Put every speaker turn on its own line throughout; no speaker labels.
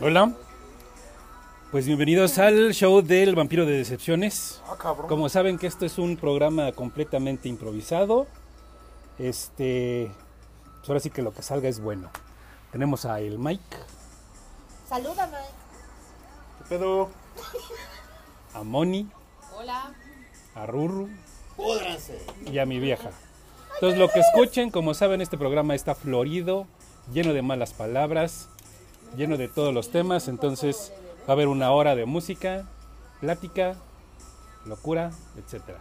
Hola. Pues bienvenidos al show del vampiro de decepciones.
Ah, cabrón.
Como saben que esto es un programa completamente improvisado. Este, pues ahora sí que lo que salga es bueno. Tenemos a el Mike,
Saluda, Mike.
¿Qué pedo?
a Moni,
Hola.
a Ruru y a mi vieja. Entonces lo que escuchen, como saben, este programa está florido, lleno de malas palabras, lleno de todos los temas. Entonces va a haber una hora de música, plática, locura, etcétera.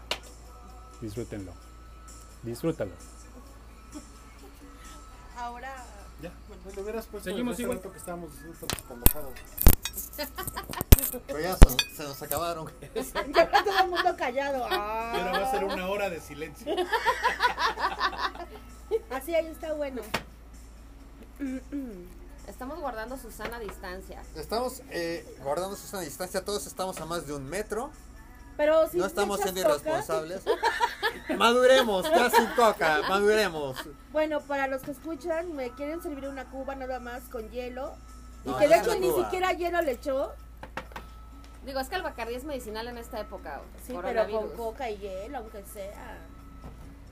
Disfrútenlo. Disfrútalo.
Ahora.
Ya, le hubieras puesto
Seguimos
desde
igual.
hace rato que estábamos diciendo
pues,
tantas pendejadas.
Pero ya se, se nos acabaron.
Ya está todo el mundo callado. Ah.
Ahora va a ser una hora de silencio.
Así ahí está bueno.
Estamos guardando su sana distancia.
Estamos eh, guardando su sana distancia, todos estamos a más de un metro.
Pero si
No estamos
fechas
siendo
toca-
irresponsables. Maduremos, casi toca, maduremos.
Bueno, para los que escuchan, me quieren servir una cuba nada más con hielo. Y
No,
que
no
de
es
hecho
una
ni
cuba.
siquiera hielo le echó.
Digo, es que el bacardí es medicinal en esta época.
Sí, pero
coronavirus.
con coca y hielo, aunque sea.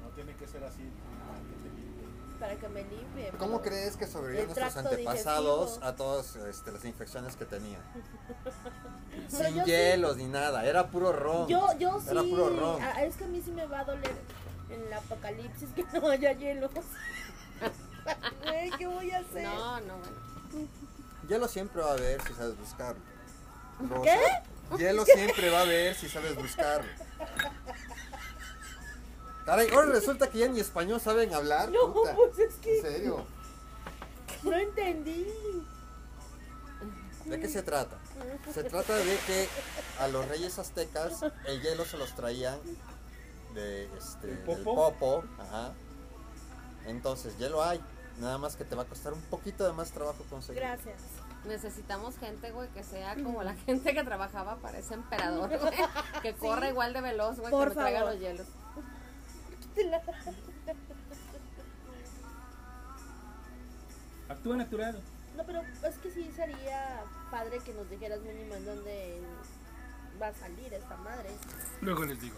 No tiene que ser así.
Para que me limpie.
¿Cómo
pero-
crees que
El
sobrevivieron nuestros
tracto
antepasados
digestivo.
a todas este, las infecciones que tenían?
Pero
Sin
yo sí-
hielos ni nada, era puro ron.
Yo, yo sí.
Era puro ron.
Ah, es que a mí sí me va a doler en el apocalipsis que no haya hielos. Güey, ¿Qué voy a hacer?
No, no, bueno.
Hielo siempre va a haber si sabes buscarlo. Rosa.
¿Qué?
Hielo siempre va a haber si sabes buscarlo. Caray, ahora resulta que ya ni español saben hablar.
No,
puta.
pues es que-
En serio.
No entendí.
¿De qué se trata? Se trata de que a los reyes aztecas el hielo se los traían de este
¿El
del
popo?
popo, ajá. Entonces, hielo hay, nada más que te va a costar un poquito de más trabajo conseguir.
Gracias.
Necesitamos gente, güey, que sea como la gente que trabajaba para ese emperador, güey. Que corra igual de veloz, güey,
Por
que me traiga
favor.
los hielos.
Actúa natural.
No, pero es que sí sería padre que nos dijeras mínimo en dónde va a salir esta madre.
Luego les digo.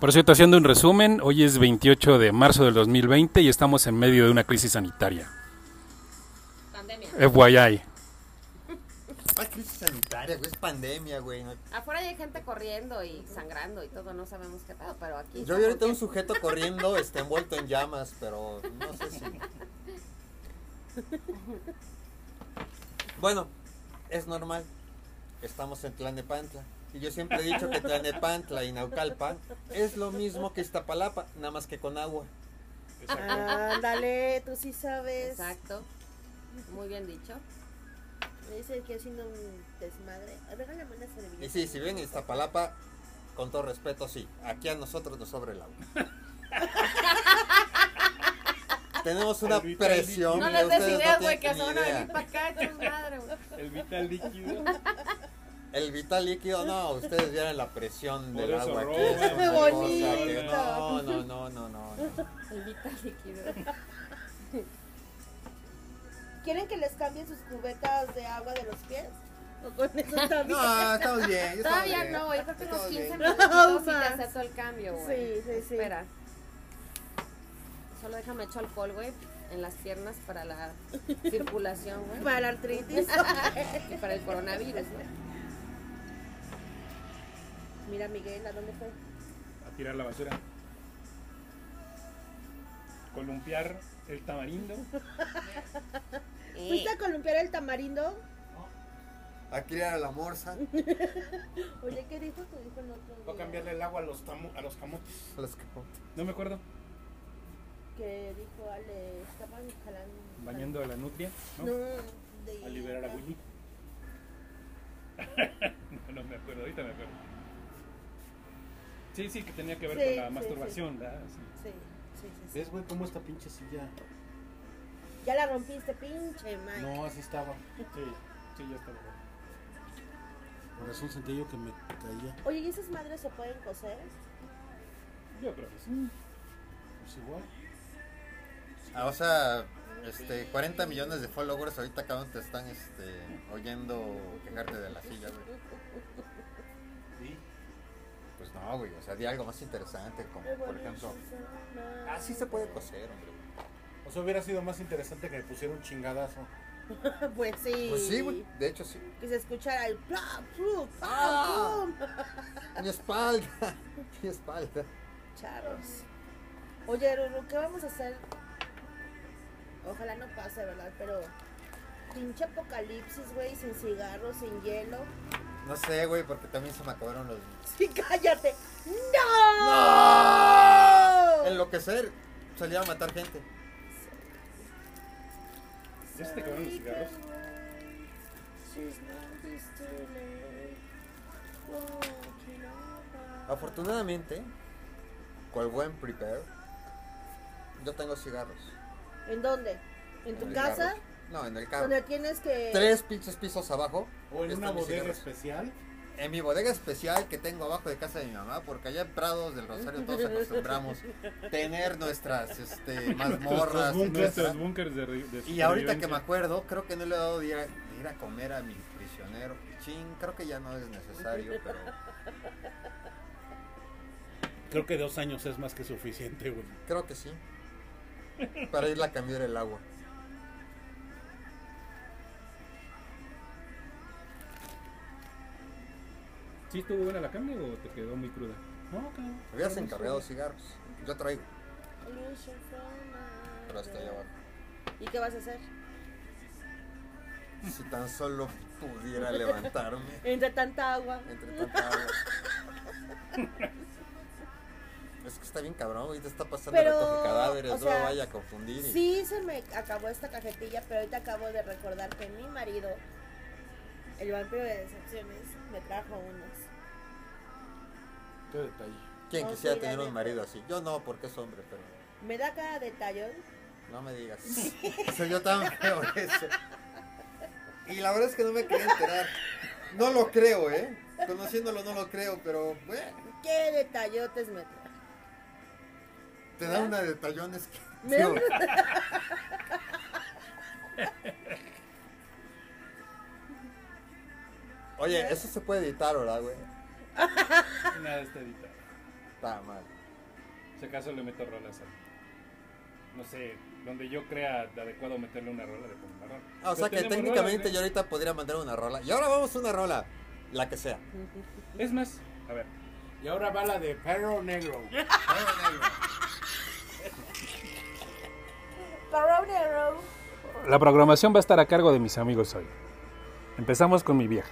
Por cierto, haciendo un resumen, hoy es 28 de marzo del 2020 y estamos en medio de una crisis sanitaria.
Pandemia.
FYI.
Ah, crisis sanitaria, güey, es pandemia, güey. no-
Afuera ya hay gente corriendo y sangrando y todo, no sabemos qué pedo, pero aquí.
Yo vi ahorita un sujeto corriendo, está envuelto en llamas, pero no sé si. Bueno, es normal. Estamos en Tlanepantla. Y yo siempre he dicho que Tlanepantla y Naucalpan es lo mismo que Iztapalapa, nada más que con agua.
Ah, Ándale, tú sí sabes.
Exacto. Muy bien dicho.
Me dice que haciendo un desmadre. Ay, Regálame una servilleta.
Y sí, si ven Iztapalapa, con todo respeto, sí. Aquí a nosotros nos sobra el agua. Tenemos una
Ahorita el
presión.
No
mira,
les des
ustedes no
idea,
tienen
güey, que
ni
son a
idea.
venir para acá, chus madre, güey.
El vital líquido.
El vital líquido, no, ustedes vieron la presión
Por
del
eso
agua.
roban.
que es una
Qué
cosa que- no,
bonito.
no, no, no, no. no.
El vital líquido.
¿Quieren que les cambien sus cubetas de agua de los pies? ¿O con eso también?
No, estamos bien. yo estaba
Todavía
bien.
no, yo creo que unos
Estaba
15
bien.
minutos y te
Más.
acepto el cambio, güey.
Sí, sí, sí.
Espera. Solo déjame echo alcohol, güey, en las piernas para la circulación, güey.
Para la artritis.
Y para el coronavirus, güey.
Mira, Miguel, ¿a dónde fue?
A tirar la basura. Columpiar el tamarindo.
¿Fuiste
Eh,
a columpiar el tamarindo?
Aquí era la morsa,
Oye, ¿qué dijo tu hijo el otro día?
Voy a cambiarle el agua a los, tamu- a los camotes.
los camotes.
No me acuerdo.
Que dijo Ale, estaban jalando.
Bañando a la nutria.
No,
¿no?
de-
A liberar a Willy. no, no me acuerdo. Ahorita me acuerdo. Sí, sí, que tenía que ver
Sí,
con la
sí,
masturbación, ¿verdad? Sí.
Sí, sí, sí, sí.
¿Ves, güey, cómo esta pinche silla?
Ya la rompiste, pinche Mike.
así estaba. Sí, sí, ya estaba.
Por razón sentía yo que me caía.
Oye, ¿y esas madres se pueden coser?
Yo creo que sí.
Pues igual.
Ah, o sea, este, 40 millones de followers ahorita acaban te están este, oyendo quejarte de la silla, güey.
Sí.
Pues no, güey, o sea, di algo más interesante, como por ejemplo, así Ah, se puede coser, hombre.
O sea, hubiera sido más interesante que me pusiera un chingadazo.
Pues sí.
Pues sí, güey, de hecho sí.
Que se escuchara el plop, plop, plop,
Ah.
plop.
Mi espalda, mi espalda.
Charros. Oye, Ruru, ¿qué vamos a hacer? Ojalá no pase, ¿verdad? Pero pinche apocalipsis, güey, sin cigarros, sin hielo.
No sé, güey, porque también se me acabaron los...
Sí, cállate. ¡No!
¡No! Enloquecer, salía a matar gente.
¿Ya se te acabaron los cigarros?
She's not this too late. Walking over.
Afortunadamente, cual buen prepare, yo tengo cigarros.
¿En dónde? ¿En tu
el
casa?
carro. No, en el carro.
Donde tienes que...
Tres pinches pisos abajo. Este,
O en
están
una
mis
bodega
cigarros.
especial.
En mi bodega especial que tengo abajo de casa de mi mamá, porque allá en Prados del Rosario todos acostumbramos tener nuestras este,
Nuestros búnkeres,
mazmorras. nuestra-
nuestros búnkeres de, re- de
Y ahorita que me
supervivencia.
acuerdo, creo que no le he dado de ir a, de ir a comer a mi prisionero. Chin, creo que ya no es necesario, pero
Creo que dos años es más que suficiente, güey.
creo que sí. Para irla a cambiar el agua.
¿Sí estuvo buena la carne o te quedó muy cruda?
No, cabrón.
Habías encargado cigarros. Yo traigo,
Illusion from
pero hasta allá abajo.
¿Y qué vas a hacer?
Si tan solo pudiera levantarme
Entre tanta agua.
entre tanta agua. Es que está bien cabrón, ahorita está pasando
Pero,
recoge cadáveres,
o
no
sea,
lo vaya a confundir. y-
Sí, se me acabó esta cajetilla, pero ahorita acabo de recordar que mi marido, el vampiro de decepciones, me trajo unos.
Qué detalle.
Quien
No,
quisiera
sí, la
tener un
neta.
marido así. Yo no, porque es hombre, pero
Me da cada detallón.
no me digas. Soy yo tan feo de eso. Y la verdad es que no me quería enterar. No lo creo, ¿eh? Conociéndolo no lo creo, pero bueno.
¿Qué detallotes me trajo?
Te da una detallón es que...
Me da
Digo, Oye, eso se puede editar, ¿verdad, güey?
Nada está editado.
Está mal.
este Si acaso le meto rolas a... No sé, donde yo crea adecuado meterle una rola de Pum Marrón.
Ah, o sea
Pero
que
tenemos
técnicamente
rolas, ¿eh?
yo ahorita podría mandar una rola. Y ahora vamos a una rola. La que sea.
¿eh? Es más, a ver.
Y ahora va la de perro negro.
Parrón Arrow.
La programación va a estar a cargo de mis amigos hoy. Empezamos con mi vieja.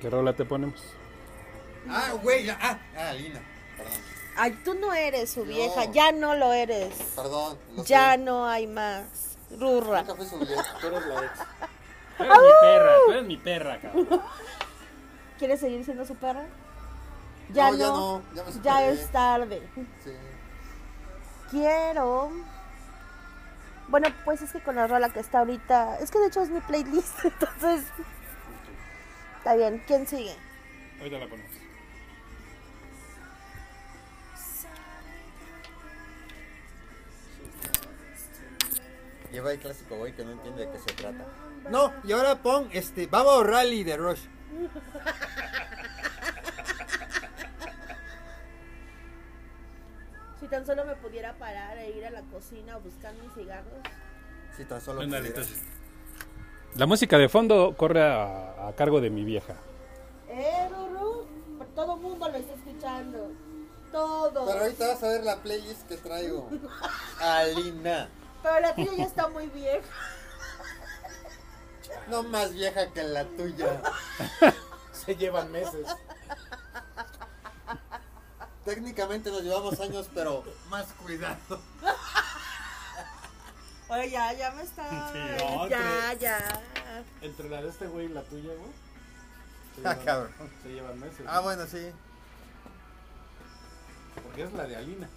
¿Qué rola te ponemos?
Ah, güey. la- Ah, ah, Lina. Perdón.
Ay, tú no eres su
No.
vieja, ya no lo eres.
Perdón. lo
Ya
sé.
no hay más. Rurra.
Nunca fui su vieja. Tú eres la ex.
Tú eres mi perra, tú eres mi perra, cabrón.
¿Quieres seguir siendo su perra? Ya
No, ya
no.
no, ya me
ya
superé.
es tarde.
Sí.
Quiero. Bueno, pues es que con la rola que está ahorita. Es que de hecho es mi playlist, entonces. Está bien, ¿quién sigue?
Ahorita la ponemos.
Lleva el clásico güey que no entiende de qué se trata. No, y ahora pon este Baba o Rally de Rush.
Si tan solo me pudiera parar e ir a la cocina a buscar mis cigarros.
Si tan solo
Ándale,
pudiera.
entonces. La música de fondo corre a, a cargo de mi vieja.
¡Eh, Ruru! Pero Todo el mundo lo está escuchando. Todo.
Pero ahorita vas a ver la playlist que traigo. Alina.
Pero la tuya ya está muy vieja.
No más vieja que la tuya.
Se llevan meses.
Técnicamente nos llevamos años, pero más cuidado.
Oye, ya, ya me está.
Sí, no,
ya, ya.
Entre la de este güey y la tuya, güey. se
Ah,
llevan-
cabrón.
Se llevan meses.
Ah, bueno, sí.
Porque es la de Alina.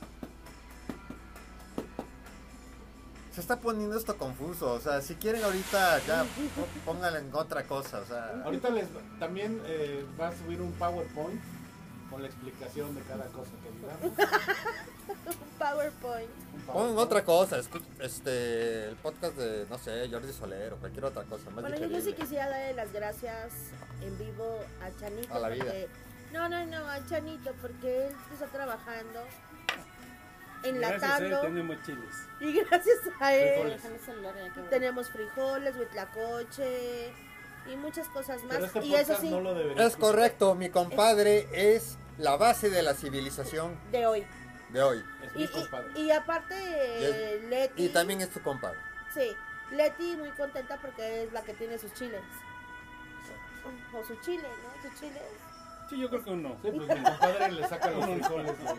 Se está poniendo esto confuso. O sea, si quieren ahorita ya pó- pónganle en otra cosa. O sea,
Ahorita les también eh, va a subir un PowerPoint con la explicación de cada cosa que digamos.
Un PowerPoint.
Pon otra cosa, escu- este, el podcast de, no sé, Jordi Soler o cualquier otra cosa. Más
Bueno, yo, yo sí
digerible.
quisiera darle las gracias en vivo a Chanito.
A la vida.
porque- No, no, no, a Chanito, porque él está trabajando,
Gracias a él
enlatando.
tenemos chiles.
y gracias a él
Déjame el celular ya que voy.
tenemos frijoles, huitlacoche y muchas cosas más.
Pero este
y eso
podcast
sí,
no lo debería
Es correcto, mi compadre es la base de la civilización
de hoy.
de hoy.
Es
Y,
mi
y-
compadre.
y aparte, eh, Leti.
Y también es tu compadre.
Sí, Leti muy contenta porque es la que tiene sus chiles. O su chile, ¿no? Sus chiles.
Sí, yo creo que uno.
Sí, pues mi compadre le saca los frijoles güey,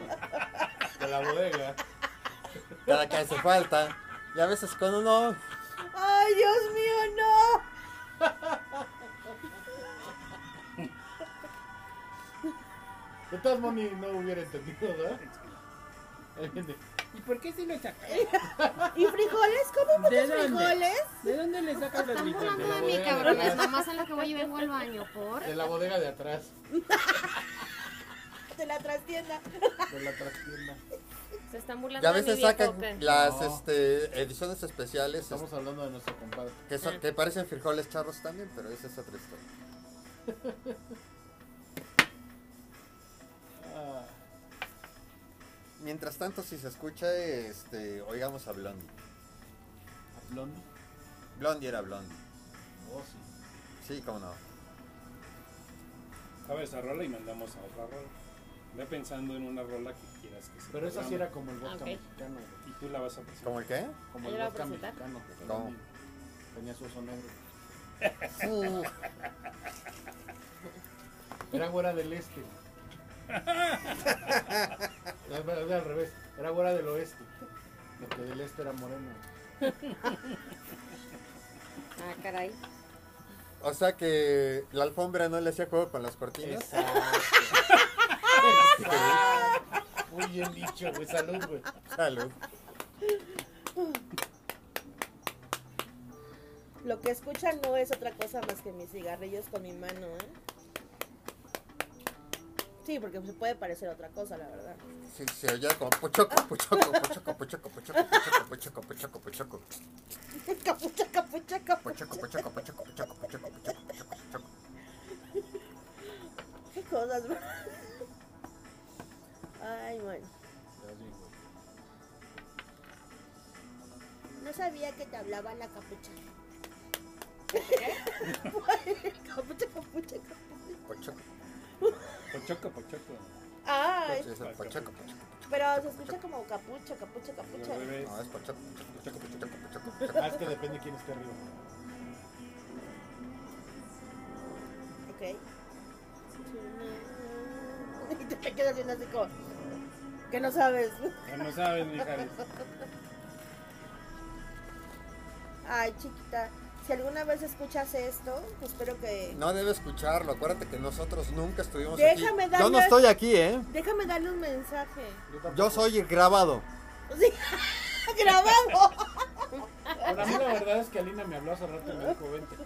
de la bodega.
Cada que hace falta. Y a veces con uno
¡Ay, Dios mío, no!
De todas mami no hubiera entendido, ¿verdad? Ahí viene.
¿Y por qué si lo sacas?
¿Y frijoles? ¿Cómo muchos
dónde?
frijoles?
¿De dónde le sacas los
Están burlando de
voy
mí,
a
cabrones.
agarrar.
Nomás en lo que voy y vengo al baño, por.
De la bodega de atrás,
De la trastienda.
de la trastienda.
Se están burlando
ya a
de
veces
mi viejo, ¿o
sacan
qué?
las
No.
este, ediciones especiales
Estamos hablando de nuestro compadre.
es- que,
Eh.
son- que parecen frijoles charros también, pero esa es otra historia.
Ah,
Mientras tanto, si se escucha, este, oigamos a Blondie.
¿a Blondie?
Blondie era Blondie.
Oh, sí.
Sí, cómo no.
Acaba esa rola y mandamos a otra rola. Ve pensando en una rola que quieras que se
Pero esa sí
programe
era como el vodka
Ah, Ok.
mexicano, güey.
Y tú la vas a presentar.
¿Cómo el qué?
Como el
Ahí la
vodka
voy a presentar.
mexicano. güey.
¿Cómo?
Tenía su oso negro.
Uh,
Era güera del este. Era- era al revés. Era güera del oeste. Porque del este era moreno.
Ah, caray.
o sea que la alfombra no le hacía juego con las cortinas.
Muy bien dicho, güey. Salud, güey.
Salud.
Lo que escuchan no es otra cosa más que mis cigarrillos con mi mano, ¿eh? Sí, porque se puede parecer otra cosa, la verdad.
Sí, se oía como pochoco, pochoco, pochoco, pochoco, pochoco, pochoco, pochoco, pochoco, pochoco,
Capucha, capucha, capucha.
pochoco, pochoco, pochoco, pochoco, pochoco, pochoco, pochoco, pochoco.
Qué cosas, bro. Ay, bueno. No sabía que te hablaba la capucha. ¿Qué? capucha, capucha, capucha.
Pochoco,
Pochoco, pochoco.
sí,
Ay,
es el pochoco, pochoco.
Ah, pero se escucha como capucha, capucha, capucha.
Al revés.
No, es pochoco, pochoco, pochoco, pochoco, pochoco.
Ah, es que depende quién esté arriba.
Ok. Y tú te quedas viendo así como. Que no sabes.
Ya no sabes, Mijares.
Ay, chiquita. Si alguna vez escuchas esto, espero que.
No debe escucharlo, acuérdate que nosotros nunca estuvimos
Déjame
aquí.
darle-
Yo no estoy aquí, ¿eh?
Déjame darle un mensaje.
Yo soy grabado.
Sí. Grabamos.
Para mí la verdad es que Alina me habló hace rato y me dijo, vente.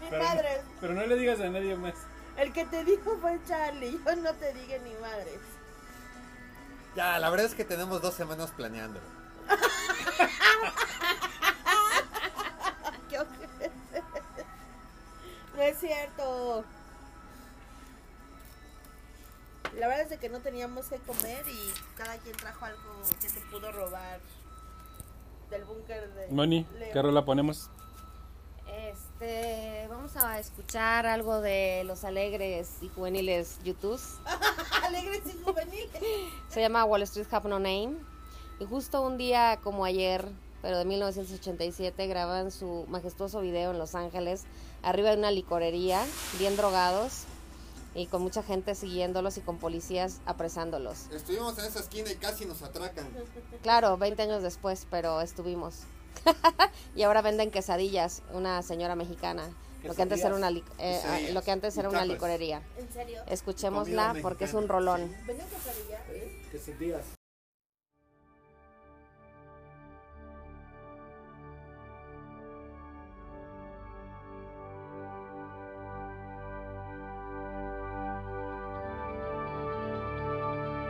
Mi
Pero-
padre.
Pero no le digas a nadie más.
El que te dijo fue Charlie. Yo no te dije ni madres.
Ya, la verdad es que tenemos dos semanas planeándolo.
Qué ojete. No es cierto. La verdad es de que no teníamos que comer y cada quien trajo algo que se pudo robar del búnker de.
Moni,
Leo.
¿qué rola ponemos?
Este, vamos a escuchar algo de los alegres y juveniles YouTube.
Alegres y juveniles.
Se llama Wall Street Have No Name. Y justo un día como ayer, pero de 1987, graban su majestuoso video en Los Ángeles, arriba de una licorería, bien drogados y con mucha gente siguiéndolos y con policías apresándolos.
Estuvimos en esa esquina y casi nos atracan.
Claro, 20 años después, pero estuvimos. y ahora venden quesadillas, una señora mexicana. Lo que, antes era una li- eh, ah,
Quesadillas
lo que antes
y
era una
tapas.
licorería.
¿En serio?
Escuchémosla
Comida
porque es
mexicana,
un rolón.
¿Venía a quesadilla?
¿eh? Que se digas.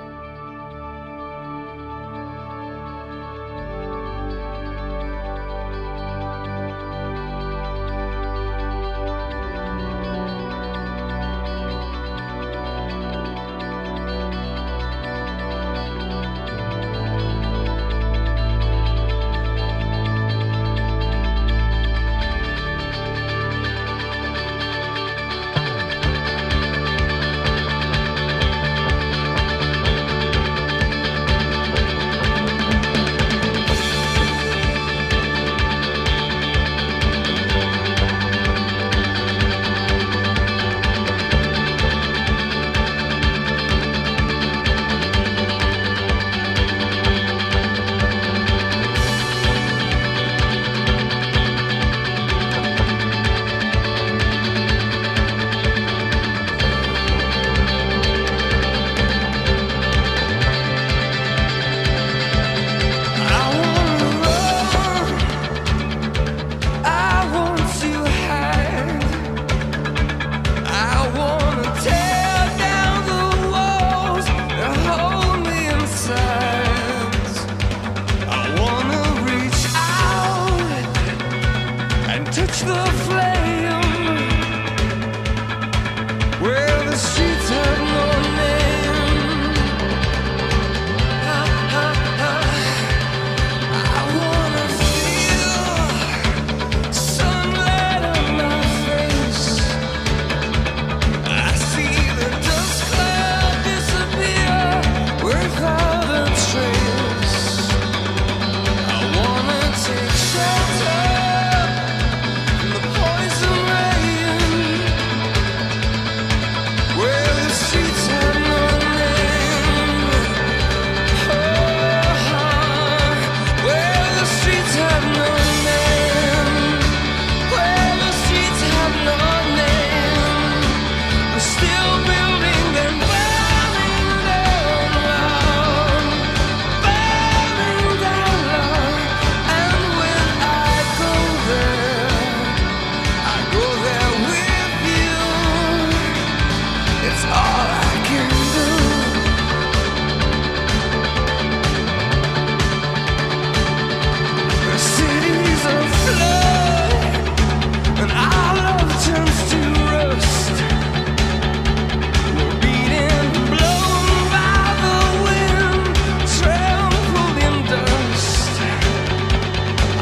Thank the flame where the sheets have no name. Ha, ha, ha. I wanna feel sunlight on my face. I see the dust cloud disappear without a trace. I wanna take shelter from the poison rain, where the streets have no Oh, name. where the streets have no name, where the streets have no name. We're still building them, burning down low. Burning down low, and when I go there, I go there with you. It's all I can do. The cities are flood, and our love turns to rust. We're beaten, blown by the wind, trampled in dust.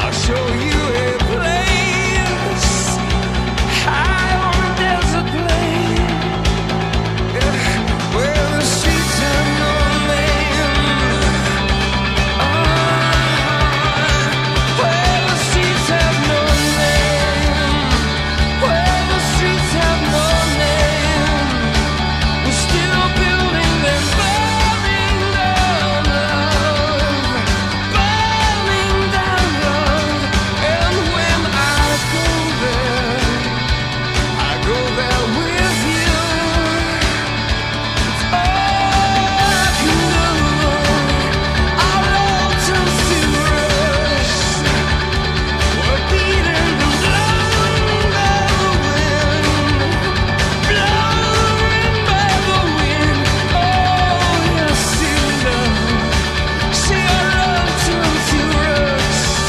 I'll show you a place high on a desert plain, where the streets have no name. Ah. where the streets have no name. Where the streets have no name. We're still building them, burning down love, burning down love. And when I go there, I go there with you. It's all I all turns to rust. We're beaten, blown by the wind. Blowing by the wind, oh yes you know. See our love turns to rust.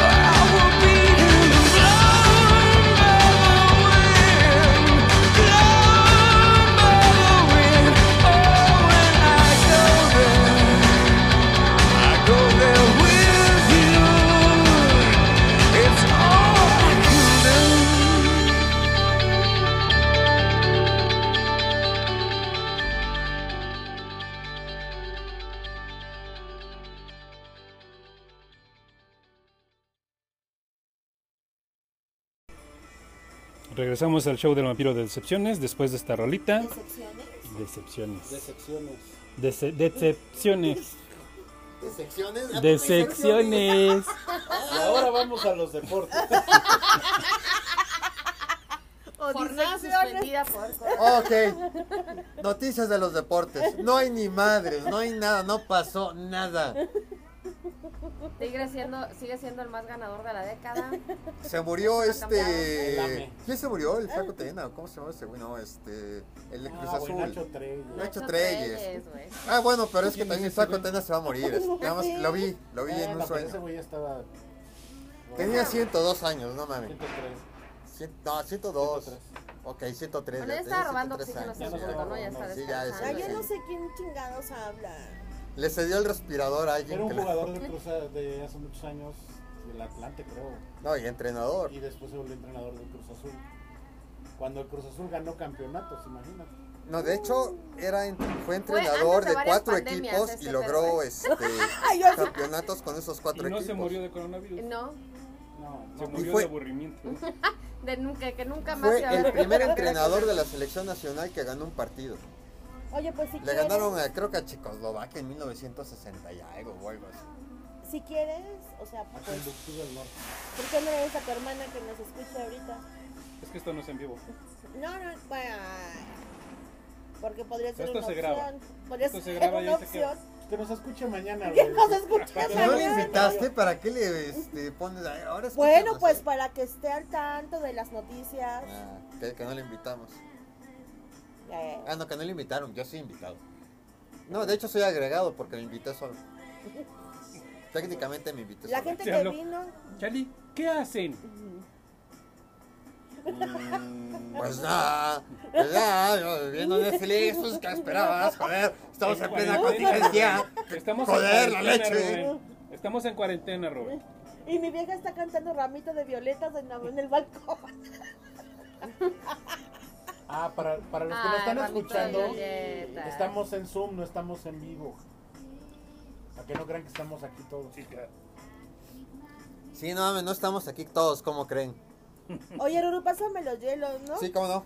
I will be blown by the wind, blown by the wind. Oh, when I go there, I go there with you. It's all I can do.
Regresamos al show del vampiro de decepciones después de esta rolita.
Decepciones.
Decepciones.
Decepciones.
Dece- decepciones.
¿De secciones? Ah,
Decepciones.
Y ahora vamos a los deportes.
O
Jornada
disecciones.
suspendida por corona.
Ok. Noticias de los deportes. No hay ni madres, no hay nada, no pasó nada.
Sigue siendo, sigue siendo el más ganador de la década.
Se murió este.
Lame.
¿Quién se murió? ¿El Flaco Tena? ¿Cómo se llama ese güey? No, este. El de Cruz
Ah,
Azul.
güey, Nacho Treyes.
Nacho
Nacho
Treyes.
Treyes, güey.
Ah, bueno, pero es que también el Flaco Tena se va a morir. es- Nada más lo vi, lo vi en
Bueno, Eh,
un
pero Ese
sueño.
güey ya estaba
Tenía 102 años, no mames.
103.
Cien- No, 102.
103.
Ok, 103.
Bueno,
tenía
ya está robando
103
oxígeno a
sí, ya.
años,
su punto, ¿no? Ya está
Sí, ya,
Ah,
descansando.
yo no sé quién chingados habla.
Le cedió el respirador a alguien.
Era un
que le-
jugador de Cruz de hace muchos años del Atlante, creo.
No, y entrenador.
Y después se volvió entrenador del Cruz Azul. Cuando el Cruz Azul ganó campeonatos, imagínate.
No, de hecho, era en- fue
antes de
entrenador de
varias
cuatro
pandemias
equipos y
este
logró
pedo,
este, campeonatos con esos
Y
cuatro
no
equipos.
se murió de coronavirus.
No,
No,
Se
no.
murió
fue-
de aburrimiento.
de nunca, que nunca más
Fue
iba a
el
haber-
primer entrenador de la selección nacional que ganó un partido.
Oye, pues si
Le
quieres,
ganaron, a, creo que a Checoslovaquia en 1960 y algo o algo así.
si quieres, o sea,
A
pues,
Timbuktu del Norte.
¿por qué no eres a tu hermana que nos escucha ahorita?
Es que esto no es en vivo.
No, no, para... Porque podría ser
Esto
una
se
opción.
graba.
Podría
Esto se
ser
graba y
una
ahí se queda.
opción.
Que nos escuche mañana,
Que
güey.
nos escuche
Si no le
mañana.
invitaste, ¿para qué le este, pones? "Ay, Ahora escúchanos",
Bueno, pues
eh?
para que esté al tanto de las noticias.
pues.
Ah, que, que no le invitamos.
Eh,
Ah, no, que no le invitaron. Yo soy invitado. No, de hecho soy agregado porque lo invité solo. Técnicamente me invité
la
solo.
gente
Se
que
habló.
vino,
Charlie, ¿qué hacen?
Mm, Pues nada, pues nada, yo viendo Netflix, pues que esperabas, joder, estamos en plena
cuarentena,
contingencia.
Estamos
Joder,
en
la
cuarentena,
leche.
Rubén. Estamos en cuarentena, Rubén.
Y mi vieja está cantando ramito de violetas en, la- en el balcón.
Ah, para, para los que
Ay,
lo están
ramito de
escuchando,
violetas.
estamos en Zoom, no estamos en vivo. Para que no crean que estamos aquí todos.
Sí, no, mames, no estamos aquí todos, ¿cómo creen?
Oye, Ruru, pásame los hielos, ¿no?
Sí, cómo no.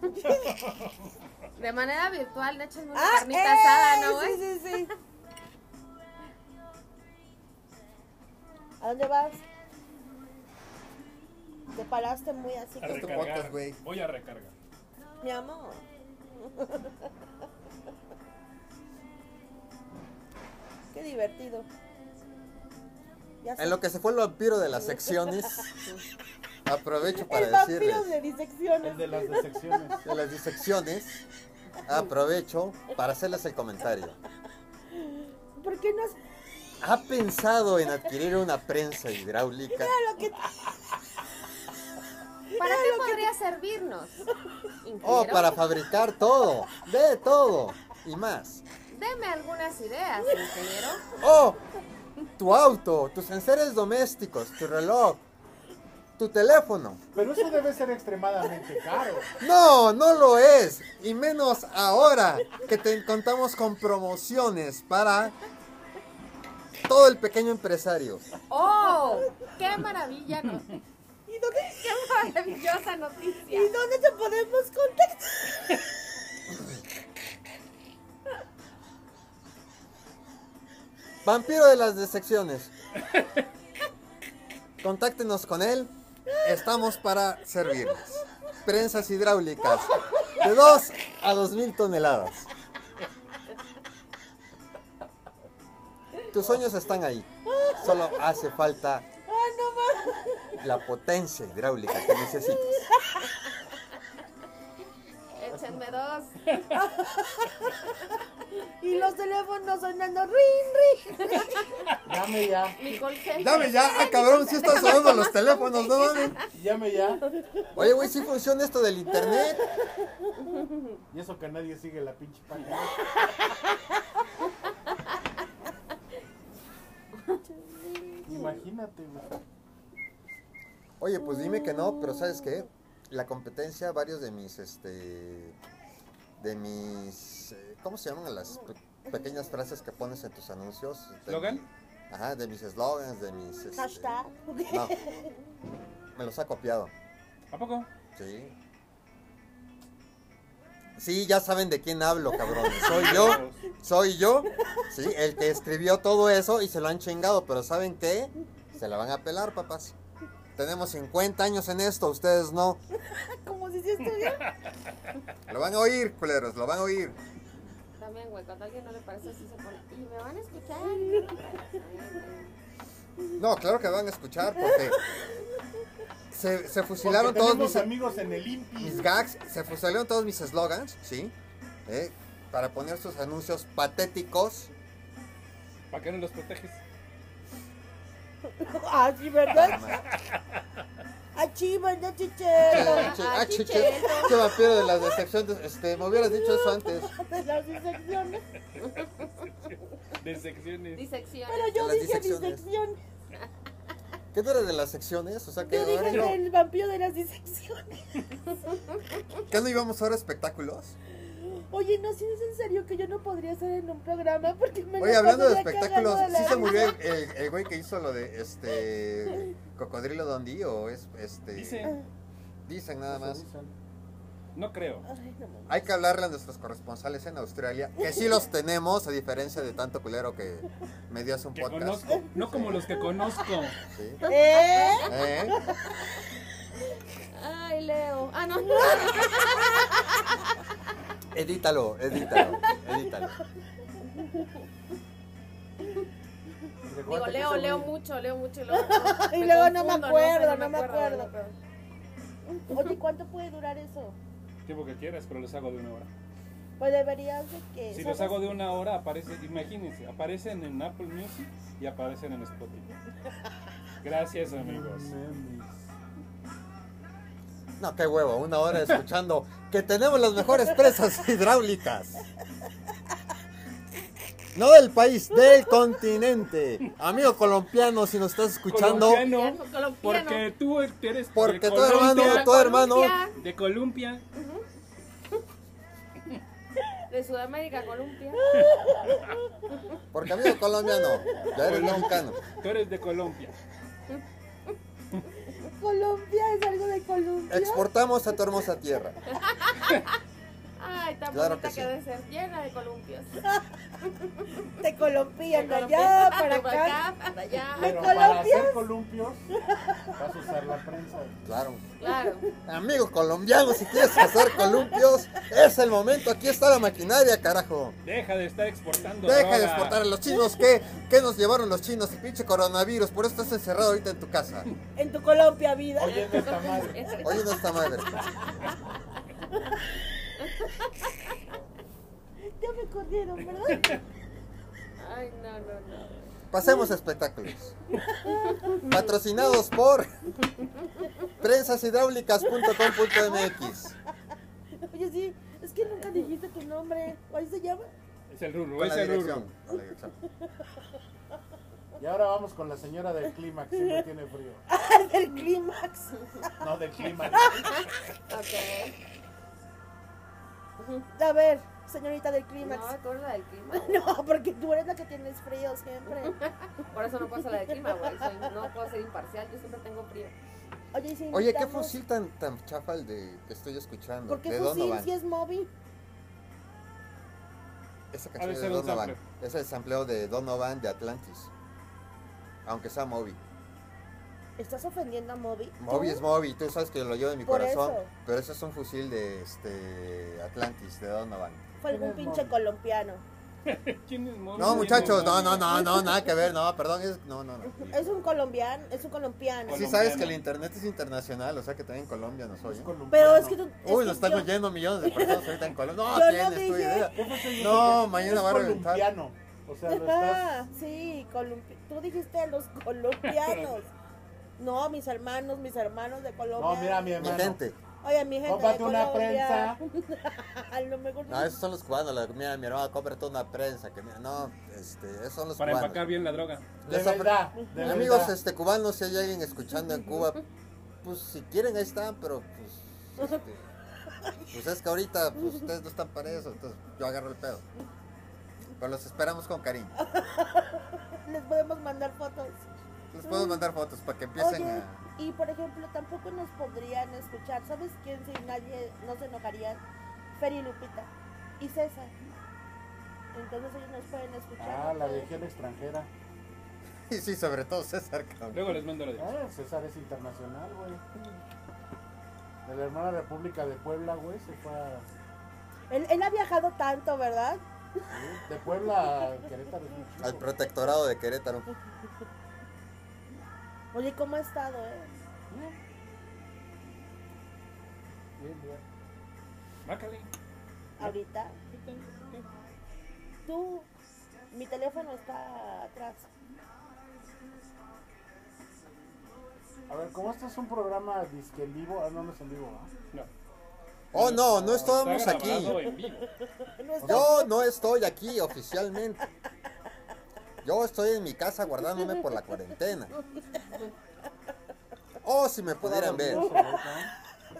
De manera virtual, de hecho es una
Ah,
carnita
¡eh!
asada, ¿no, eh? güey?
Sí, sí, sí. ¿A dónde vas? Te paraste muy así.
A
Es tu
Que...
recargar.
podcast, güey.
Voy a recargar.
Mi amor. Qué divertido. Ya sé.
En lo que se fue el vampiro de las secciones, aprovecho para
El vampiro
decirles
de disecciones.
El de las decepciones.
de las disecciones, aprovecho para hacerles el comentario.
¿Por qué no has...
¿Ha pensado en adquirir una prensa hidráulica?
lo que
¿Para qué podría servirnos? Oh.
O
ingeniero?
para fabricar todo, de todo y más.
Deme algunas ideas, ingeniero.
O Oh, tu auto, tus enseres domésticos, tu reloj, tu teléfono.
Pero eso debe ser extremadamente caro.
No, no lo es. Y menos ahora que te contamos con promociones para todo el pequeño empresario.
¡Oh! ¡Qué maravilla! no- ¡Qué maravillosa noticia!
¿Y dónde te podemos contactar?
Vampiro de las decepciones. Contáctenos con él. Estamos para servirles. Prensas hidráulicas de 2 a 2000 toneladas. Tus sueños están ahí. Solo hace falta la potencia hidráulica que necesitas.
Échenme dos.
Y los teléfonos sonando ring, ring.
Dame ya,
Mi call center.
Dame ya, ah, cabrón, si están sonando los teléfonos, no mames.
llame ya.
Oye, güey, si funciona esto del internet.
Y eso que nadie sigue la pinche página. Imagínate, güey.
Oye, pues dime que no, pero ¿sabes qué? La competencia, varios de mis, este, de mis, eh, ¿cómo se llaman las pe- pequeñas frases que pones en tus anuncios? De
¿Slogan?
mi- Ajá, de mis slogans, de mis, este,
Hashtag.
No, me los ha copiado,
¿A poco?
sí. Sí, ya saben de quién hablo, cabrón. Soy yo, soy yo, sí, el que escribió todo eso y se lo han chingado, pero ¿saben qué? Se la van a pelar, papás. Tenemos 50 años en esto, ustedes no.
Como si sí estuviera.
Lo van a oír, culeros, lo van a oír.
También, güey, cuando a alguien no le parece así se pone. Y me van a escuchar.
No, claro que van a escuchar porque se, se fusilaron
Porque
todos
tenemos
mis,
amigos en el INPI.
mis gags, se fusilaron todos mis slogans, ¿sí? Eh, Para poner sus anuncios patéticos.
¿Para qué no los proteges?
Ah, sí, ¿verdad? Ah, sí, ¿verdad, chichero?
Che, ah, che, che, che vampiro de las decepciones. Este, me hubieras dicho eso antes.
De las disecciones.
De secciones.
Disección.
Pero yo
Las
dije
disecciones.
disección.
¿Qué tú eres de las secciones? O sea, que
Yo
ahora
dije
no,
el vampiro de las disecciones.
¿qué no íbamos ahora a espectáculos?
Oye, no, si es en serio que yo no podría ser en un programa porque me la
Oye, hablando de
pasaría
espectáculos,
cagando
¿sí
la
se murió el, el- el güey que hizo lo de este Cocodrilo Dundee o es este
Dice,
dicen nada más?
no creo.
Ay, no, mames.
Hay que hablarle a nuestros corresponsales en Australia, que sí los tenemos, a diferencia de tanto culero que me dio hace un
Que
podcast.
conozco. No como los que conozco.
Sí.
¿Eh?
¿Eh?
Ay, Leo. Ah, no.
Edítalo, edítalo, edítalo.
Digo, leo, leo mucho, leo mucho. Y luego,
Y luego no me
confundo,
acuerdo,
sé,
no me
no
acuerdo.
me acuerdo.
Oye, ¿cuánto puede durar eso?
Tiempo que quieras, pero los hago de una hora.
Pues deberías de que.
Si
¿sabes?
los hago de una hora, aparece, imagínense, aparecen en Apple Music y aparecen en Spotify. Gracias, amigos.
No, qué huevo, una hora escuchando que tenemos las mejores presas hidráulicas. No del país, del continente. Amigo colombiano, si nos estás escuchando,
Colombiano,
colombiano.
porque tú eres de
porque tu
Colombia,
hermano, tu hermano,
de Colombia.
De Sudamérica, Colombia.
porque amigo colombiano, ya eres mexicano.
Tú eres de Colombia.
Colombia es algo de Colombia.
Exportamos a tu hermosa tierra.
Ay, tan
Claro
bonita
que
que,
sí.
debe ser, llena de columpios.
Te colombian de allá
Colombia,
para acá.
para allá.
Pero para
¿Colombias?
hacer columpios, vas a usar la prensa.
Claro.
Claro.
Amigo colombiano, si quieres hacer columpios, es el momento. Aquí está la maquinaria, carajo.
Deja de estar exportando.
Deja de
droga.
exportar a los chinos. ¿Qué, ¿Qué nos llevaron los chinos? El pinche coronavirus. Por eso estás encerrado ahorita en tu casa.
En tu Colombia, vida.
Oye, no está mal.
Oye, no está madre.
Ya me corrieron, ¿verdad?
Ay, no, no, no.
Pasemos a espectáculos. Patrocinados por prensashidráulicas.com.mx.
Oye, sí, es que nunca dijiste tu nombre. ¿Cuál se llama?
Es el rurro,
Con
es
la
el rurro.
dirección. con la dirección.
Y ahora vamos con la señora del clima, que siempre tiene frío.
El clímax.
No, del clima.
Ok.
A ver, señorita del clímax.
No, tú eres la del clima. güey.
No, porque tú eres la que tienes frío siempre.
Por eso no puedo ser la del clima, güey. Soy- No puedo ser imparcial, yo siempre tengo frío.
Oye, y si
Oye, ¿qué
invitamos-
fusil tan, tan chafa el de que estoy escuchando?
¿Por qué
¿De dónde
fusil
van?
si es móvil?
Esa
Ha de
canción es de
ser un
Donovan. Es el sampleo de Donovan de Atlantis. Aunque sea Moby.
¿Estás ofendiendo a Moby?
Moby
¿Tú?
es Moby, tú sabes que lo llevo en mi
Por
corazón.
eso.
Pero eso es un fusil de este Atlantis, de Donovan.
Fue algún pinche colombiano.
¿Quién es Moby?
No, muchachos, no, no, no, no, nada que ver, no, perdón, es, no, no, no.
Es un colombiano, es un colombiano.
Sí sabes que el internet es internacional, o sea que también Colombia nos oye.
Pero es que tú. es
Uy,
que
nos están
yo-
oyendo millones de personas ¿eh? ahorita en Colombia. No,
Yo no
tienes tu
dije.
idea.
¿Qué fue que dijo
No,
que
mañana
es
va a reventar.
colombiano? O sea, lo
Ajá,
estás...
sí, colombi- tú dijiste los colombianos. No, mis hermanos, mis hermanos de Colombia.
No, mira, mi
Mi
hermano.
gente.
Oye, mi gente
Cómprate
de
una
Colombia.
prensa.
A lo mejor
No, esos son los cubanos. La, mira, mi hermano, cómprate una prensa. Que mira, no, este, esos son los
Para
cubanos.
empacar bien la droga.
De
Desaf-
verdad, de
Amigos
verdad.
este, cubanos, si hay alguien escuchando en Cuba, pues si quieren ahí están, pero pues, este, pues es que ahorita pues, ustedes no están para eso, entonces yo agarro el pedo. Pero los esperamos con cariño.
les podemos mandar fotos.
Les puedo mandar fotos para que empiecen
Oye,
a...
y por ejemplo, tampoco nos podrían escuchar. ¿Sabes quién? Si nadie no se enojarían. Fer y Lupita. Y César. Entonces ellos nos pueden escuchar.
Ah,
¿no?
la virgen extranjera.
Y sí, sobre todo César, cabrón.
Luego les mando la dirección.
Ah, César es internacional, güey. De la hermana República de Puebla, güey, se fue a...
Él, él ha viajado tanto, ¿verdad?
sí, De Puebla a Querétaro. es un chingo.
Al protectorado de Querétaro.
Oye, ¿cómo ha estado, eh?
Bien, bien.
Márcale.
Ahorita. Tú, mi teléfono está atrás.
A ver, como este es un programa disque en vivo, ah, no, no es en vivo, ¿ah?
No.
Oh, no, no estábamos
Está
aquí.
grabado en vivo.
No está-
Yo no estoy aquí oficialmente. Yo estoy en mi casa guardándome por la cuarentena. Oh, si me pudieran ver.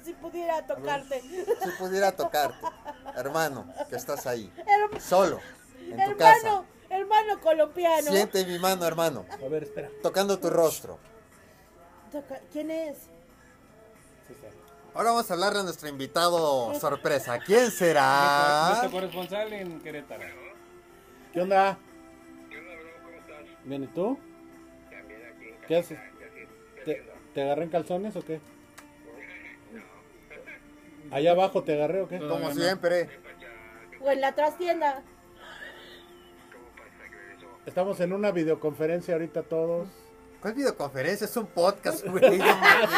Si pudiera tocarte.
Si pudiera tocarte, hermano, que estás ahí,
Herm-
solo, en tu
hermano,
casa.
hermano colombiano.
Siente mi mano, hermano,
A ver, espera.
tocando tu rostro.
Toca- ¿Quién es?
César.
Ahora vamos a hablar de nuestro invitado sorpresa. ¿Quién
Nuestro
será?
corresponsal en Querétaro.
¿Qué onda?
Bien, ¿y tú? ¿Qué haces? ¿Te, te agarré en calzones o qué? ¿Allá abajo te agarré o qué?
Como siempre,
O en la trastienda.
Estamos en una videoconferencia ahorita todos.
¿cuál videoconferencia? Es un podcast, güey. no mames.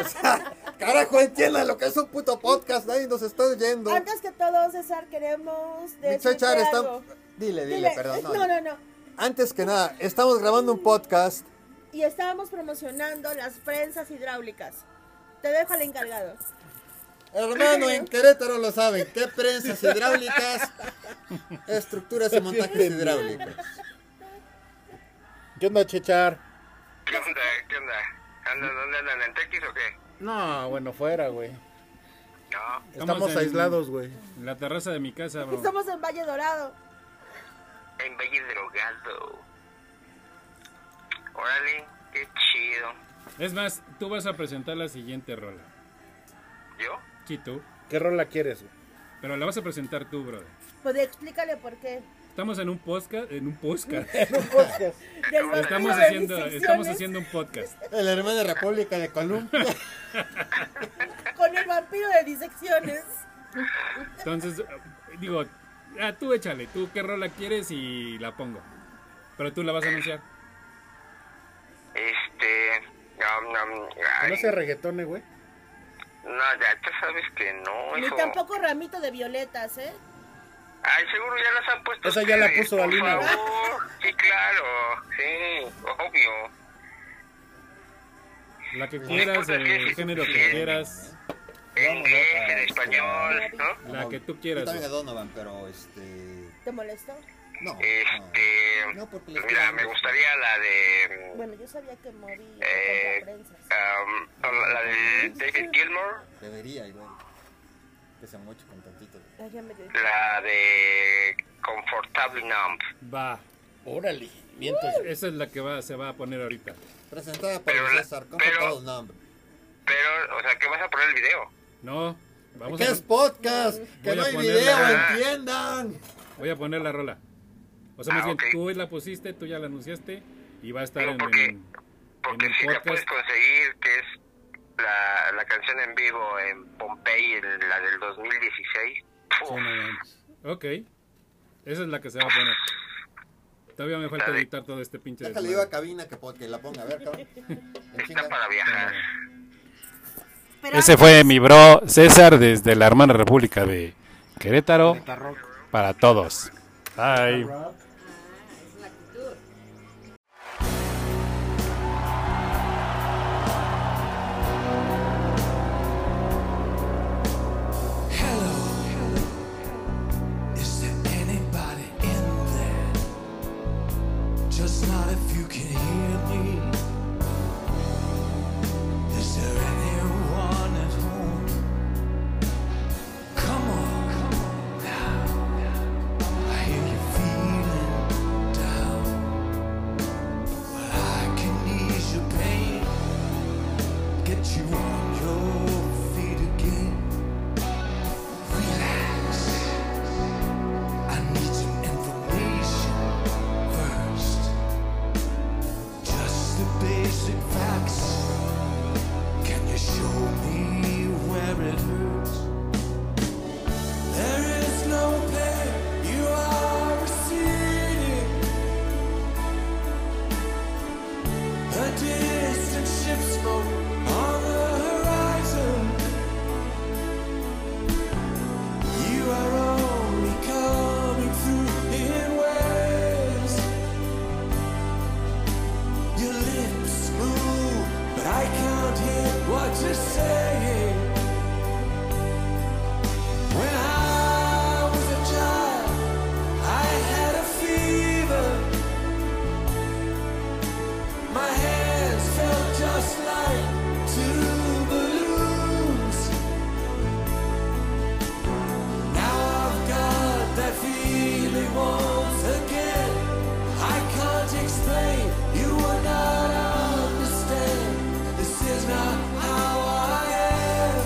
O sea, carajo, entiendan lo que es un puto podcast. Nadie nos está oyendo.
Antes que todo, César, queremos
Mi
decirte
chachar está...
algo.
Dile, dile,
Dile,
perdón. no.
no, no, no.
Antes que nada, estamos grabando un podcast.
Y estábamos promocionando las prensas hidráulicas. Te dejo al encargado.
Hermano, en Querétaro lo saben. ¿Qué prensas hidráulicas? Estructuras y montajes hidráulicos.
¿Qué onda, Chechar?
¿Qué onda? ¿Qué onda? ¿Andan, ¿Dónde andan? ¿En Tequis o qué?
No, bueno, fuera, güey.
No.
Estamos,
en-
aislados, güey.
En la terraza de mi casa, bro.
Estamos en Valle Dorado.
En Valle Drogado. Órale, qué chido.
Es más, tú vas a presentar la siguiente rola.
¿Yo?
Sí, tú.
¿Qué rola quieres, güey?
Pero la vas a presentar tú, brother.
Pues explícale por qué.
Estamos en un podcast, en un podcast.
Del vampiro
Estamos
de mis
haciendo, estamos
secciones,
haciendo un podcast.
El hermano de República de Colombia.
Con el vampiro de disecciones.
Entonces, eh, digo, ah, tú échale, tú qué rola quieres y la pongo. Pero tú la vas a anunciar.
Este. nom, nom, ay,
¿Conoce reggaetone, güey?
no, ya tú sabes que no,
Ni
hijo.
tampoco ramito de violetas, ¿eh?
Ay, seguro ya las han puesto.
Esa ya la
ustedes,
puso
por
Alina, güey.
favor. Sí, claro. Sí, obvio.
La
Ah.
que quieras,
importa
el
si es
género que
suficiente.
quieras,
En inglés, en español, ¿no?
la que tú
Yo
quieras.
también a
güey.
Donovan, pero este.
¿Te molestó?
No.
Este.
No, porque les
pues mira,
quedan
me
dos.
gustaría la de. mm,
Bueno, yo sabía que morí
Eh,
con prensas.
um, la de David Gilmore,
no, debería igual. Que se moche con tantito.
Ay, ya me dio-
la de Comfortable Numb.
Va.
Órale, mientras.
Esa es la que va, se va a poner ahorita.
Presentada por
Pero la-
César, ¿cómo
pero-
todos nombres?
Pero, o sea, ¿qué vas a poner el video?
No, vamos
¿Qué
a,
es podcast?
Voy
Que no
a
hay
ponerla.
video,
Ah.
entiendan.
voy a poner la rola. O sea, más
Ah,
bien,
ok.
tú hoy la pusiste, tú ya la anunciaste y va a estar
Digo,
en,
porque-
en-
Porque
en el
si la puedes
podcast.
conseguir, que es la, la canción en vivo en Pompey, en la del 2016. puf,
Sí, no, no. Ok. Esa es la que se va a poner. Todavía me falta editar todo este pinche
Déjale yo a
desmadre.
cabina que, po- que la ponga, a ver, cabrón. En
Está
chinga.
para viajar.
Pero
Ese fue mi bro César desde la hermana república de Querétaro para todos. Bye.
Hello. Is there anybody in there? Just not if you can hear me. Is there anyone at home? Come on, come on now. I hear you feeling down. Well, I can ease your pain. Get you on your feet again. Relax. I need some information first. Just the basic facts. Can you show me where it hurts? There is no pain. You are receding. A distant ship smoke on the horizon. You are only coming through in waves. Your lips move, but I can't hear what you're saying. When I was a child, I had a fever. My hands felt just like two balloons. Now I've got that feeling once again. I can't explain, you will not understand. This is not how I am.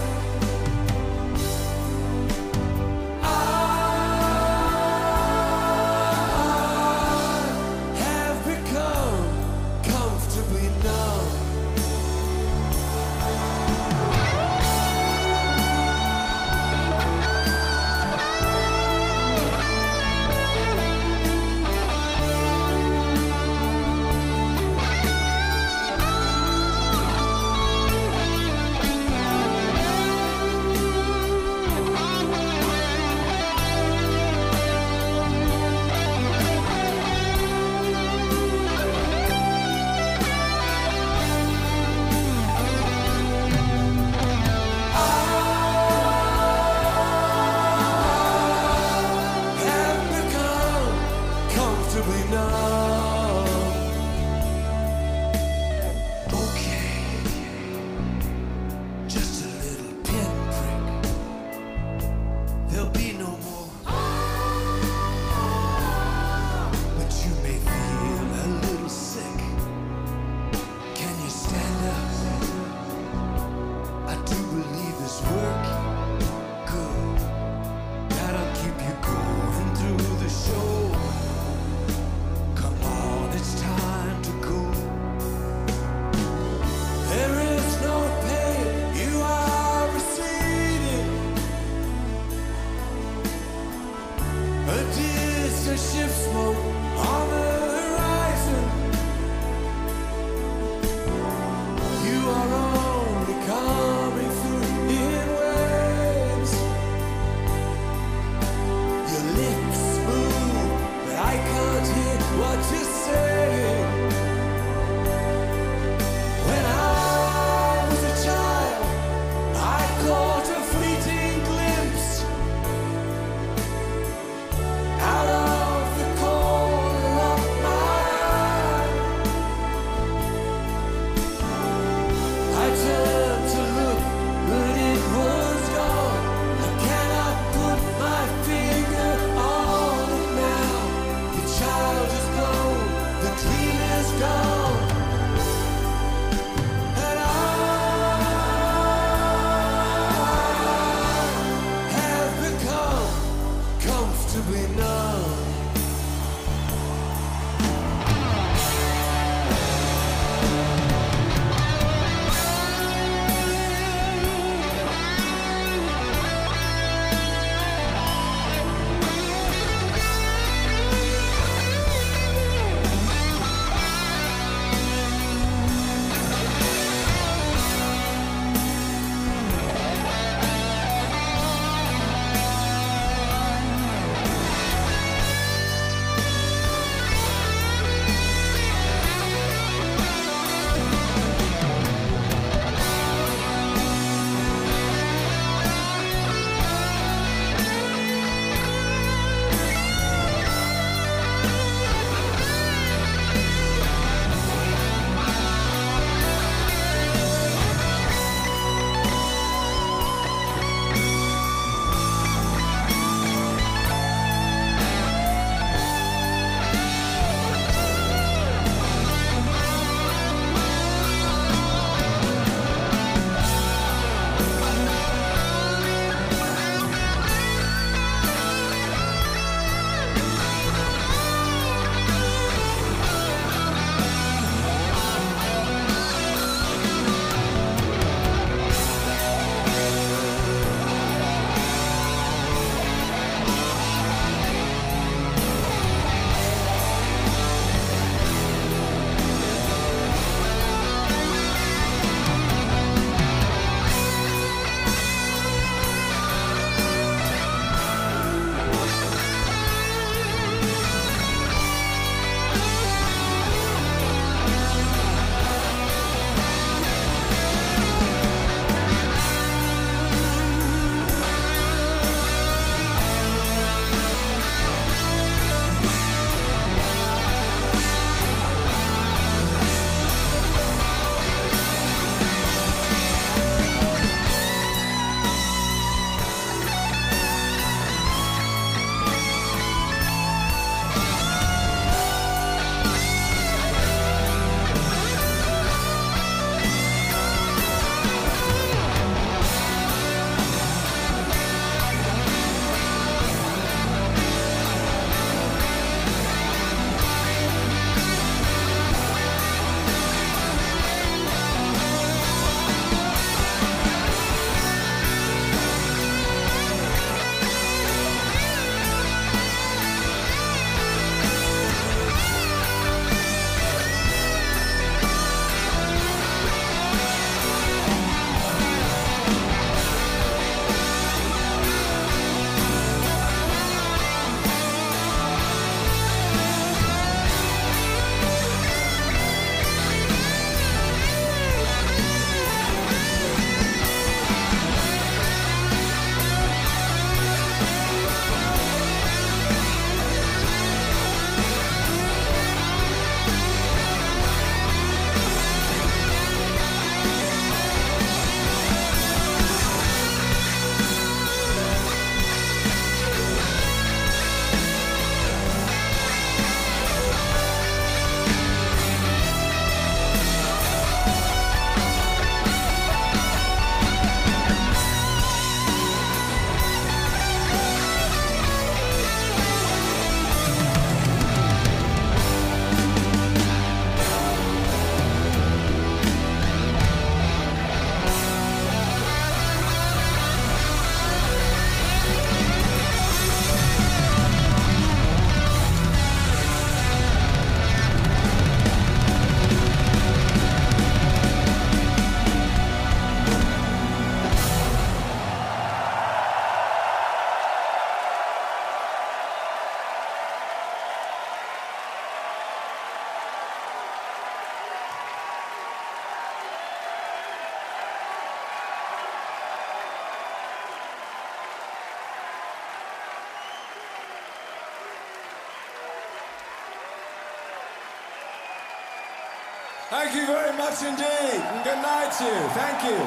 Thank you very much indeed. And good night to you. Thank you.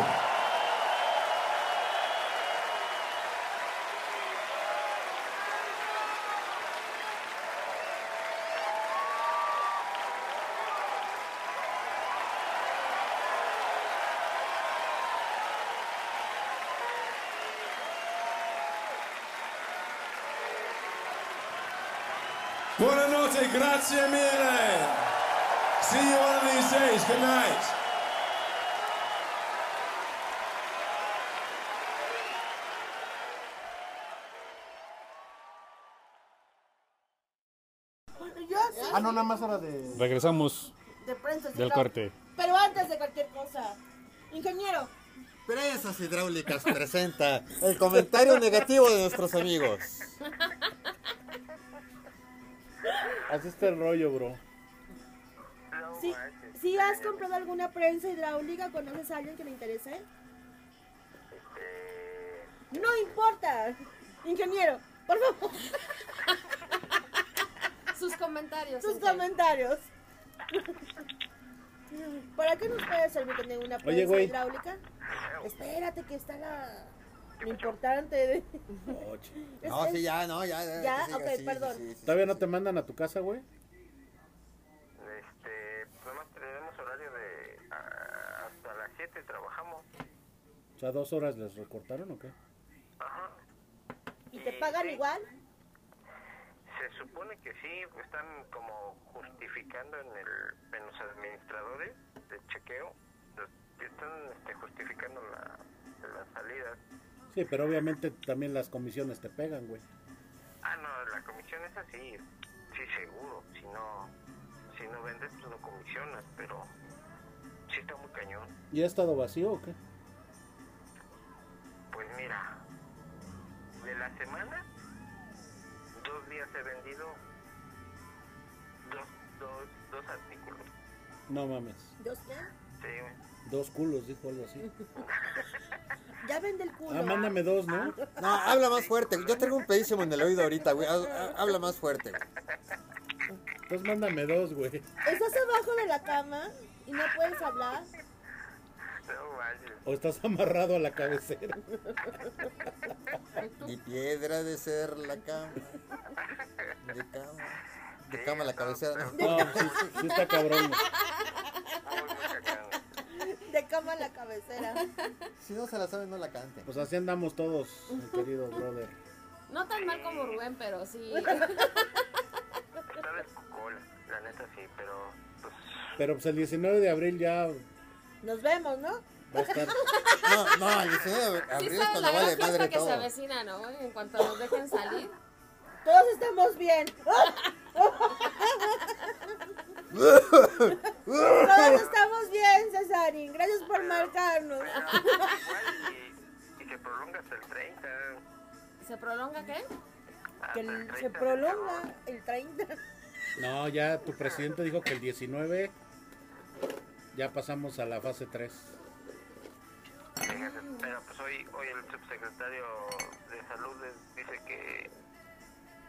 Buonanotte, grazie mille. See you one of these days. Good night.
Bueno, yo así.
Ah, no, nada más era de.
Regresamos.
De prensa, sí,
Del
claro.
corte.
Pero antes de cualquier cosa, ingeniero,
Presas Hidráulicas presenta el comentario negativo de nuestros amigos.
Así está el este rollo, bro.
si, si has comprado alguna prensa hidráulica, ¿conoces a alguien que le interese? No importa, ingeniero, por favor,
Sus comentarios.
sus
Ángel.
comentarios. ¿Para qué nos puede servir tener una prensa
güey.
hidráulica? Espérate, que está la. Lo importante de.
No,
Es-
sí, ya, no, ya. Ya,
Ya,
que siga,
ok,
sí, sí,
perdón.
sí, sí.
¿Todavía no te mandan a tu casa, güey?
Este, nomás tenemos horario de a- hasta las 7 trabajamos.
O sea, dos horas les recortaron o qué?
Ajá.
¿Y te pagan igual?
Se supone que sí, pues, están como justificando en, el, en los administradores de chequeo, los- están este, justificando la, la salida.
Sí, pero obviamente también las comisiones te pegan, güey.
Ah, no, la comisión es así, sí seguro, si no, si no vendes pues no comisionas, pero sí está muy cañón.
¿Y ha estado vacío o qué?
Pues mira, de la semana, dos días he vendido dos, dos, dos artículos.
No mames.
¿Dos qué?
Sí,
Dos culos, dijo algo así.
Ya vende el culo.
Ah, mándame dos, ¿no?
No, habla más fuerte. Yo tengo un pedísimo en el oído ahorita, güey. Ha- ha- Habla más fuerte. güey.
Entonces mándame dos, güey.
Estás abajo de la cama y no puedes hablar.
no vale.
O estás amarrado a la cabecera.
Ni piedra de ser la cama. De cama. De cama a la cabecera. ¿no?
No, pues sí, sí está cabrón. güey.
De cama a la cabecera.
Si no se la saben, no la canten.
Pues así andamos todos, mi querido brother.
No tan mal como Rubén, pero sí.
Está de cola, la neta sí, pero pues
Pero pues el 19 de abril ya va
Nos vemos, ¿no?
a estar.
No, no, el 19 de
Sí
abril es cuando
sabes la gran
vale
fiesta
madre
que se
todo.
avecina, ¿no? En cuanto nos dejen salir.
Todos estamos bien. Todos estamos bien, Cesarín. Gracias por marcarnos.
igual y, y se prolonga hasta el 30.
¿Se prolonga qué?
hasta
Que
el
el-
30
se
de
prolonga el 30.
No, ya tu presidente dijo que el 19 ya pasamos a la fase 3.
Fíjate, Pero pues hoy, hoy el subsecretario de salud es- dice que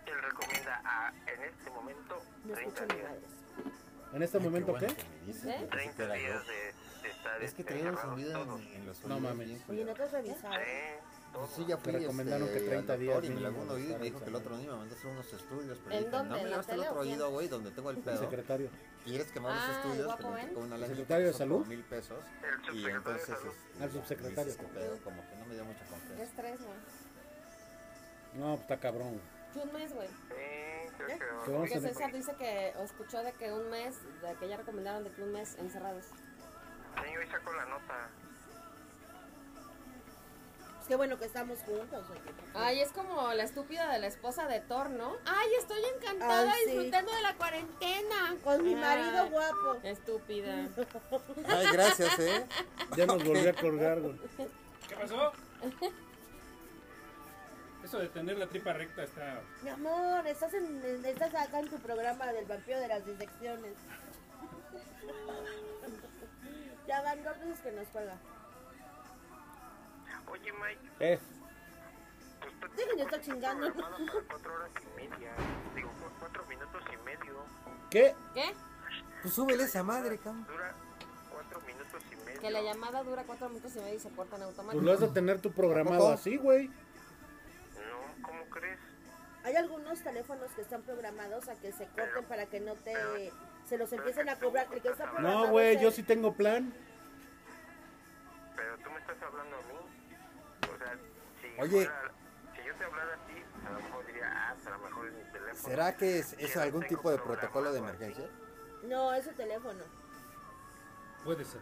él recomienda a, en este momento
No
30
escucho ni
días,
madres.
¿En este momento qué?
¿Eh?
30 días de, de estar
Es que
este,
traía un
cerrados
sonido
todos.
en, en los
No
oídos
mames.
bien
Oye,
culero.
¿no te has revisado?
Sí, todos.
pues Sí, ya fui.
Me recomendaron
este,
que 30
al
días
doctor Y me
mínimo
lavó un oído y
estar
me dijo que el
examinado.
otro niño me mandó a hacer unos estudios. Pero
¿En
dije,
dónde?
No
¿En
me
la
lavaste el
tele o
otro
quién?
oído, güey, donde tengo el
El
pedo.
secretario.
¿Quieres que me haga
Ah,
los
el
estudios?
guapo
Que me
Ben.
tocó una lana
secretario de
que costó
salud?
como mil pesos.
El
Y
subsecretario de
entonces,
salud.
este,
Al
ya,
subsecretario.
dices que pedo, como que no me dio mucha
Ya
confianza.
es tres, güey.
No, pues está cabrón. güey.
Que Un mes, güey.
Sí,
¿Eh?
creo que
Que vamos
Porque
a ver.
César dice que o escuchó de que un mes, de que ya recomendaron de que un mes encerrados.
sí, hoy sacó la nota.
Es que Pues bueno que estamos juntos. oye.
Ay, es como la estúpida de la esposa de Thor, ¿no? Ay, estoy encantada
Ay, sí.
disfrutando de la cuarentena.
Con Pues mi
Ah,
marido guapo.
Estúpida.
Ay, gracias, ¿eh?
Ya nos volvió a colgar, güey.
¿Qué pasó? Eso de tener la tripa recta está.
Mi amor, estás, en, en- estás acá en tu programa del vampiro de las disecciones. ya van dos veces que nos juega.
Oye, Mike,
Eh,
pues tú
Dejen de estar chingando.
programado para 4 horas y media. Digo, 4 minutos y medio.
¿qué?
¿Qué?
Pues súbele esa madre, cabrón.
Dura cuatro minutos y medio.
Que la llamada dura cuatro minutos y medio y se corta en
Pues lo
automático.
vas a tener tu programado
¿Tampoco?
así, güey.
No, ¿cómo crees?
Hay algunos teléfonos que están programados a que se corten para que no te se los empiecen a cobrar. El que está programado
No, güey,
es
yo
el-
sí tengo plan.
Pero tú me estás hablando a mí. O sea, si,
Oye.
fuera- si yo te hablara a ti, a lo mejor diría, ah, pues a lo mejor es mi teléfono.
¿Será que es, es
Pero
algún
tengo
tipo de
programado
protocolo de
así.
emergencia?
No, es el teléfono.
Puede ser.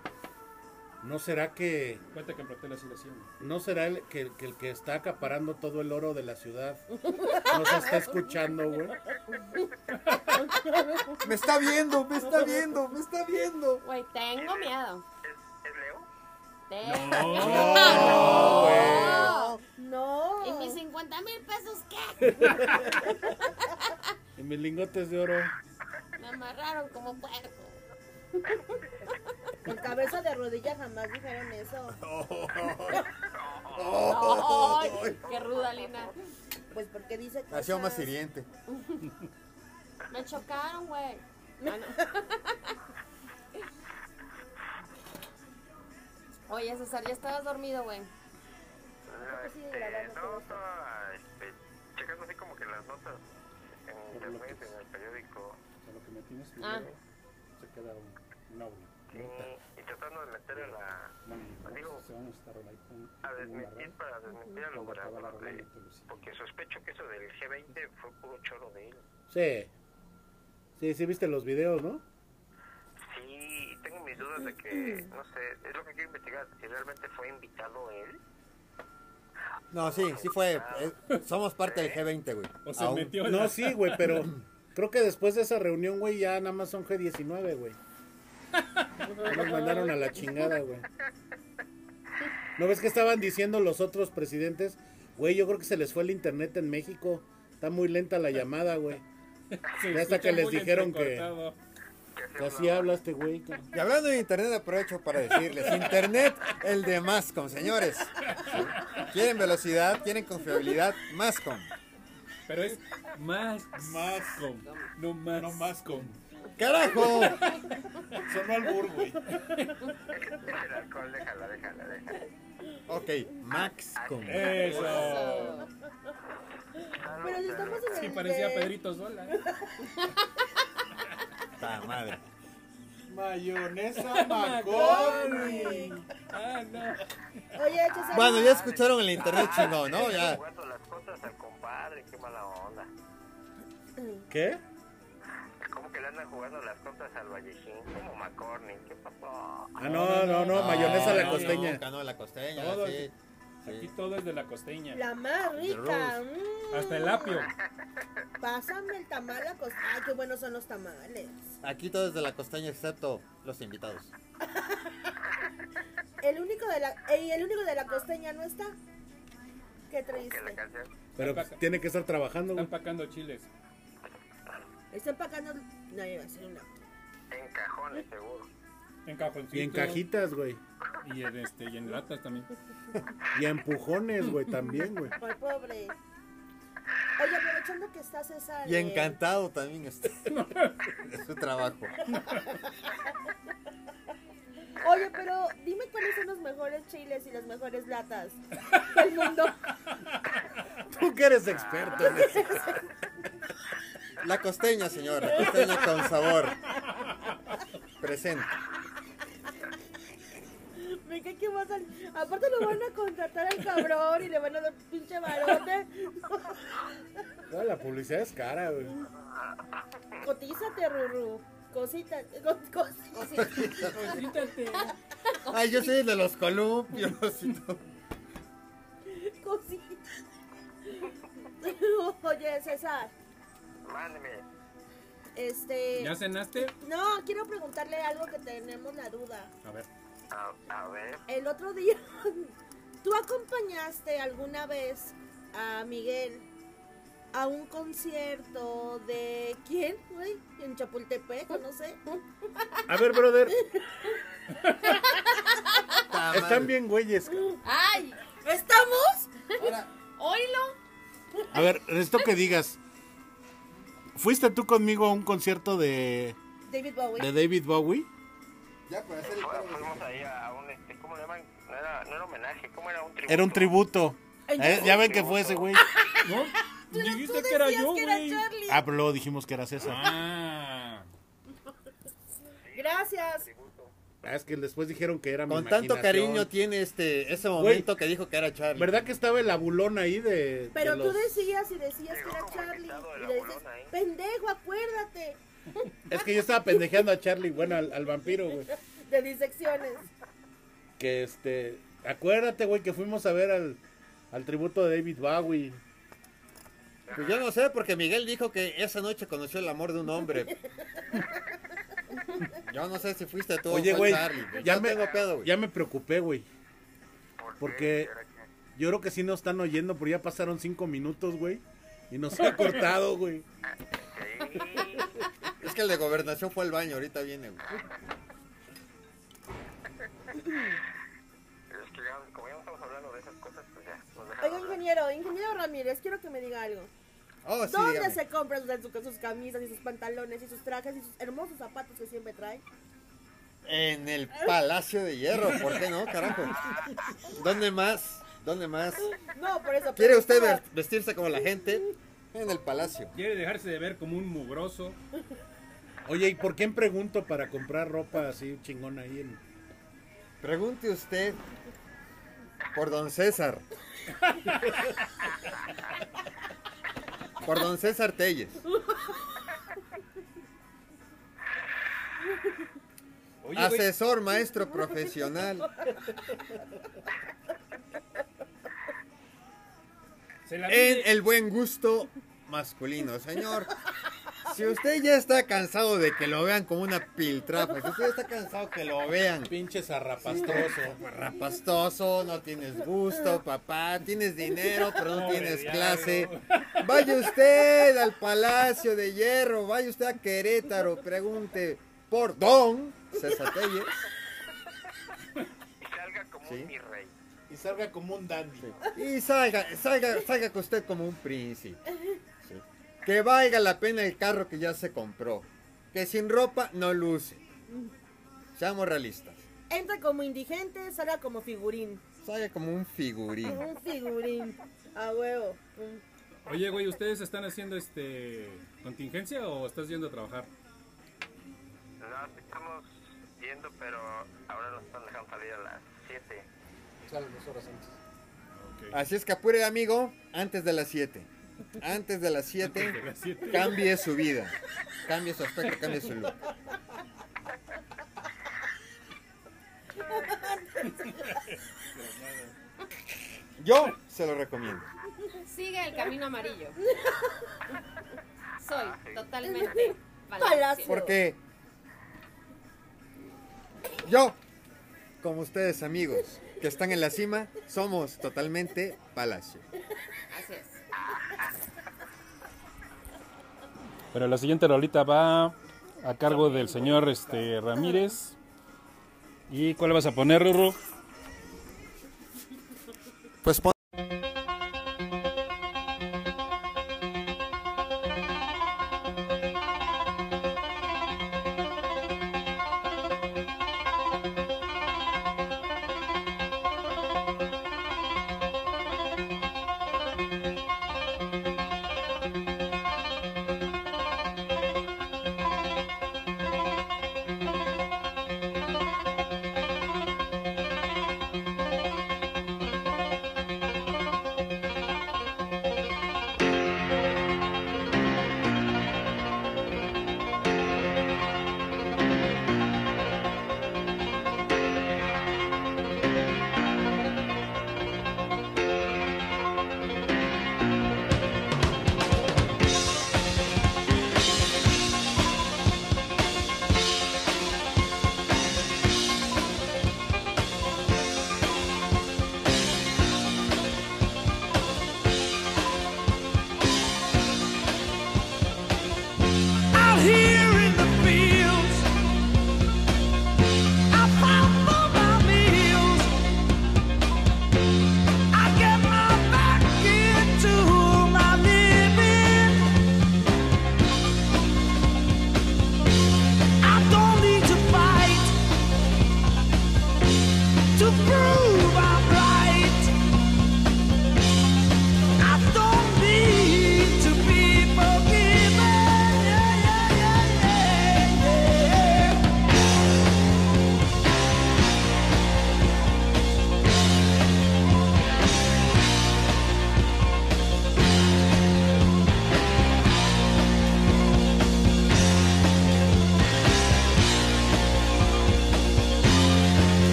¿No será que
Cuenta que implanté la situación.
no será el que, que el que está acaparando todo el oro de la ciudad? Nos está escuchando, güey.
Me está viendo, me está viendo, me está viendo.
Güey, tengo miedo.
¿Es, es Leo?
Tengo
No.
¿Y mis 50 mil pesos qué?
Y mis lingotes de oro.
Me amarraron como puerco.
En cabeza de rodilla jamás dijeron eso.
¡Ay! ¡Qué ruda, Lina!
Pues porque dice que.
Nació más hiriente.
Me chocaron, güey. Ah, no. Oye, César, ya estabas dormido, güey.
No,
que sí,
este,
la verdad no
no,
conozco.
estaba este, checando así como que las notas en internet, en el periódico,
lo que metimos
Ah.
primero se queda un, un audio.
y, y tratando de meter en la...
Bueno,
Digo,
se van a estar ahí con-
a
con una
desmentir
red.
para desmentir al
Cuando acaba la
gobernador,
reunión
eh,
de Tolucillo.
porque sospecho que eso del G20 fue puro choro de él.
Sí. Sí, sí viste los videos, ¿no?
Sí, tengo mis dudas de que, no sé, es lo que quiero investigar, si realmente fue invitado él.
No, sí, sí fue. eh, somos parte del G20, güey.
O se
Aún.
metió en la-
No, sí, güey, pero creo que después de esa reunión, güey, ya nada más son G19, güey. Ya Nos mandaron a la chingada, güey. ¿No ves que estaban diciendo los otros presidentes? Güey, yo creo que se les fue el internet en México. Está muy lenta la llamada, güey.
Se
Ya hasta
escucha
que les
muy
dijeron que-
entrecortado.
Que así hablaste, güey. que-
Y hablando de internet, aprovecho para decirles: Internet, el de Mascom, señores. Quieren velocidad, quieren confiabilidad, Mascom.
Pero es más. Más con. No más. No más con.
¡Carajo!
Sonó albur, güey.
Es el alcohol, déjala, déjala, déjala.
Ok, Maxcom.
Eso.
Pero si estamos en el.
Sí, parecía
de-
Pedrito Sola.
Ta madre.
Mayonesa Maconi.
Ah, no.
Oye, César.
Bueno, ya escucharon el internet chingón, ¿no?
le
Ya.
jugando las cosas al compadre, qué mala onda.
¿Qué?
¿Cómo que le andan jugando las contras al Vallejín? Como McCormick, ¿qué pasó?
Ah, no, no, no, mayonesa a la
No,
costeña.
No, no, la costeña,
Todo.
sí.
Aquí todo es de la costeña.
La más rica. mm.
Hasta el apio.
Pásame el tamal a costa. Ay, qué buenos son los tamales.
Aquí todo es de la costeña, excepto los invitados.
El único de la. ey, el único de la costeña no está. Qué
Que la
triste.
canción
Pero pues, tiene que estar trabajando,
Están
güey.
pacando chiles.
Está empacando. No, iba a ser una.
en cajones, seguro.
En cajoncitos.
Y en cajitas, güey.
Y en, este, y en latas también.
Y a empujones, güey, también, güey.
Ay, pobre. Oye, aprovechando que está César.
Y
eh,
encantado también está. de su trabajo.
Oye, pero dime cuáles son los mejores chiles y las mejores latas del mundo.
Tú que eres experto en eso.
La costeña, señor. La costeña con sabor. Presente.
Me cae que vas al. Aparte lo van a contratar al cabrón y le van a dar pinche barote.
No, la publicidad es cara, güey.
Cotízate, Ruru. Cosita. co- cosita.
Ay, yo soy de los columpios y todo.
Cosita. Oye, César.
Mándeme.
Este.
¿Ya cenaste?
No, quiero preguntarle algo que tenemos la duda.
A ver.
A, a ver,
El otro día, ¿tú acompañaste alguna vez a Miguel a un concierto de quién, güey? En Chapultepec, o no sé.
A ver, brother,
Ta madre.
están bien güeyes.
¡Ay!
¿Estamos?
¡Oilo!
A ver, necesito que digas. ¿Fuiste tú conmigo a un concierto de
David Bowie.
de David Bowie.
Ya,
pues,
pero es el
Ahora
paro de-
fuimos ahí a, a un, este, ¿cómo le llaman? No era, no era homenaje, ¿cómo era? Un tributo.
Era un tributo. Eh, ya ven que fue ese güey.
¿No?
Tú
Dijiste
decías
que era yo,
que era
güey.
Charlie.
Ah, pero luego dijimos que era César.
Ah.
Gracias.
Ah, es que después dijeron que era mi
Con tanto
imaginación.
cariño tiene este ese momento que dijo que era Charlie.
¿Verdad que estaba el abulón ahí de.
Pero
de los-
tú decías y decías que era
como
Charlie.
invitado de
Y
la
le dices,
bolona, ¿eh?
pendejo, acuérdate.
Es que yo estaba pendejeando a Charlie, bueno, al, al vampiro, güey.
Pues.
De disecciones.
Que este. Acuérdate, güey, que fuimos a ver al, al tributo de David Bowie.
Pues yo no sé, porque Miguel dijo que esa noche conoció el amor de un hombre. yo no sé si fuiste tú
Oye,
o fue
güey,
Charlie. pero
ya
yo
me-
tengo pedo, güey.
Ya me preocupé, güey.
¿Por qué?
Porque-
¿Era que-
Yo creo que sí nos están oyendo, porque ya pasaron cinco minutos, güey. Y nos ha cortado, güey.
Sí.
Es que el de gobernación fue al baño, ahorita viene, güey.
Es que ya, como ya no estamos hablando de esas cosas, pues ya nos
Oiga,
dejaron. hablar.
ingeniero, ingeniero Ramírez, quiero que me diga algo.
Oh, sí,
¿Dónde
dígame.
se compran sus, sus camisas y sus pantalones y sus trajes y sus hermosos zapatos que siempre trae?
En el Palacio de Hierro, ¿por qué no, carajo? ¿Dónde más? ¿Dónde más?
No, por eso.
¿Quiere
pero-
usted ver- vestirse como la gente? En el Palacio.
Quiere dejarse de ver como un mugroso.
Oye, ¿y por qué pregunto para comprar ropa así chingona ahí en.
Pregunte usted por don César. Por don César Telles.
Oye, güey,
Asesor, maestro profesional.
se la
En
vive-
el buen gusto masculino, señor. Si usted ya está cansado de que lo vean como una piltrafa, si usted ya está cansado que lo vean
Pinche zarrapastroso.
rapastoso, no tienes gusto, papá, tienes dinero, pero no
Pobre
tienes
diablo.
clase. Vaya usted al Palacio de Hierro, vaya usted a Querétaro, pregunte por Don César Telles.
Y salga como
Sí.
un mi rey.
Y salga como un dandy.
Y salga, salga, salga con usted como un príncipe. Sí. Que valga la pena el carro que ya se compró. Que sin ropa no luce. Seamos realistas.
Entra como indigente, salga como figurín.
Salga como un figurín.
Un figurín. A huevo. Mm.
Oye, güey, ¿ustedes están haciendo este contingencia o estás yendo a trabajar?
No, sí estamos yendo, pero ahora nos están dejando salir a las 7.
Así es que apure, amigo, antes de las 7. Antes de las
Antes de
7,
las siete.
cambie su vida. Cambie su aspecto, cambie su look. Yo se lo recomiendo.
Sigue el camino amarillo. Soy totalmente
Palacio.
Palacio.
Porque yo, como ustedes amigos que están en la cima, somos totalmente palacio.
Así es.
Pero la siguiente rolita va a cargo del señor este, Ramírez. ¿Y cuál vas a poner, Ruru?
Pues pon-
Thank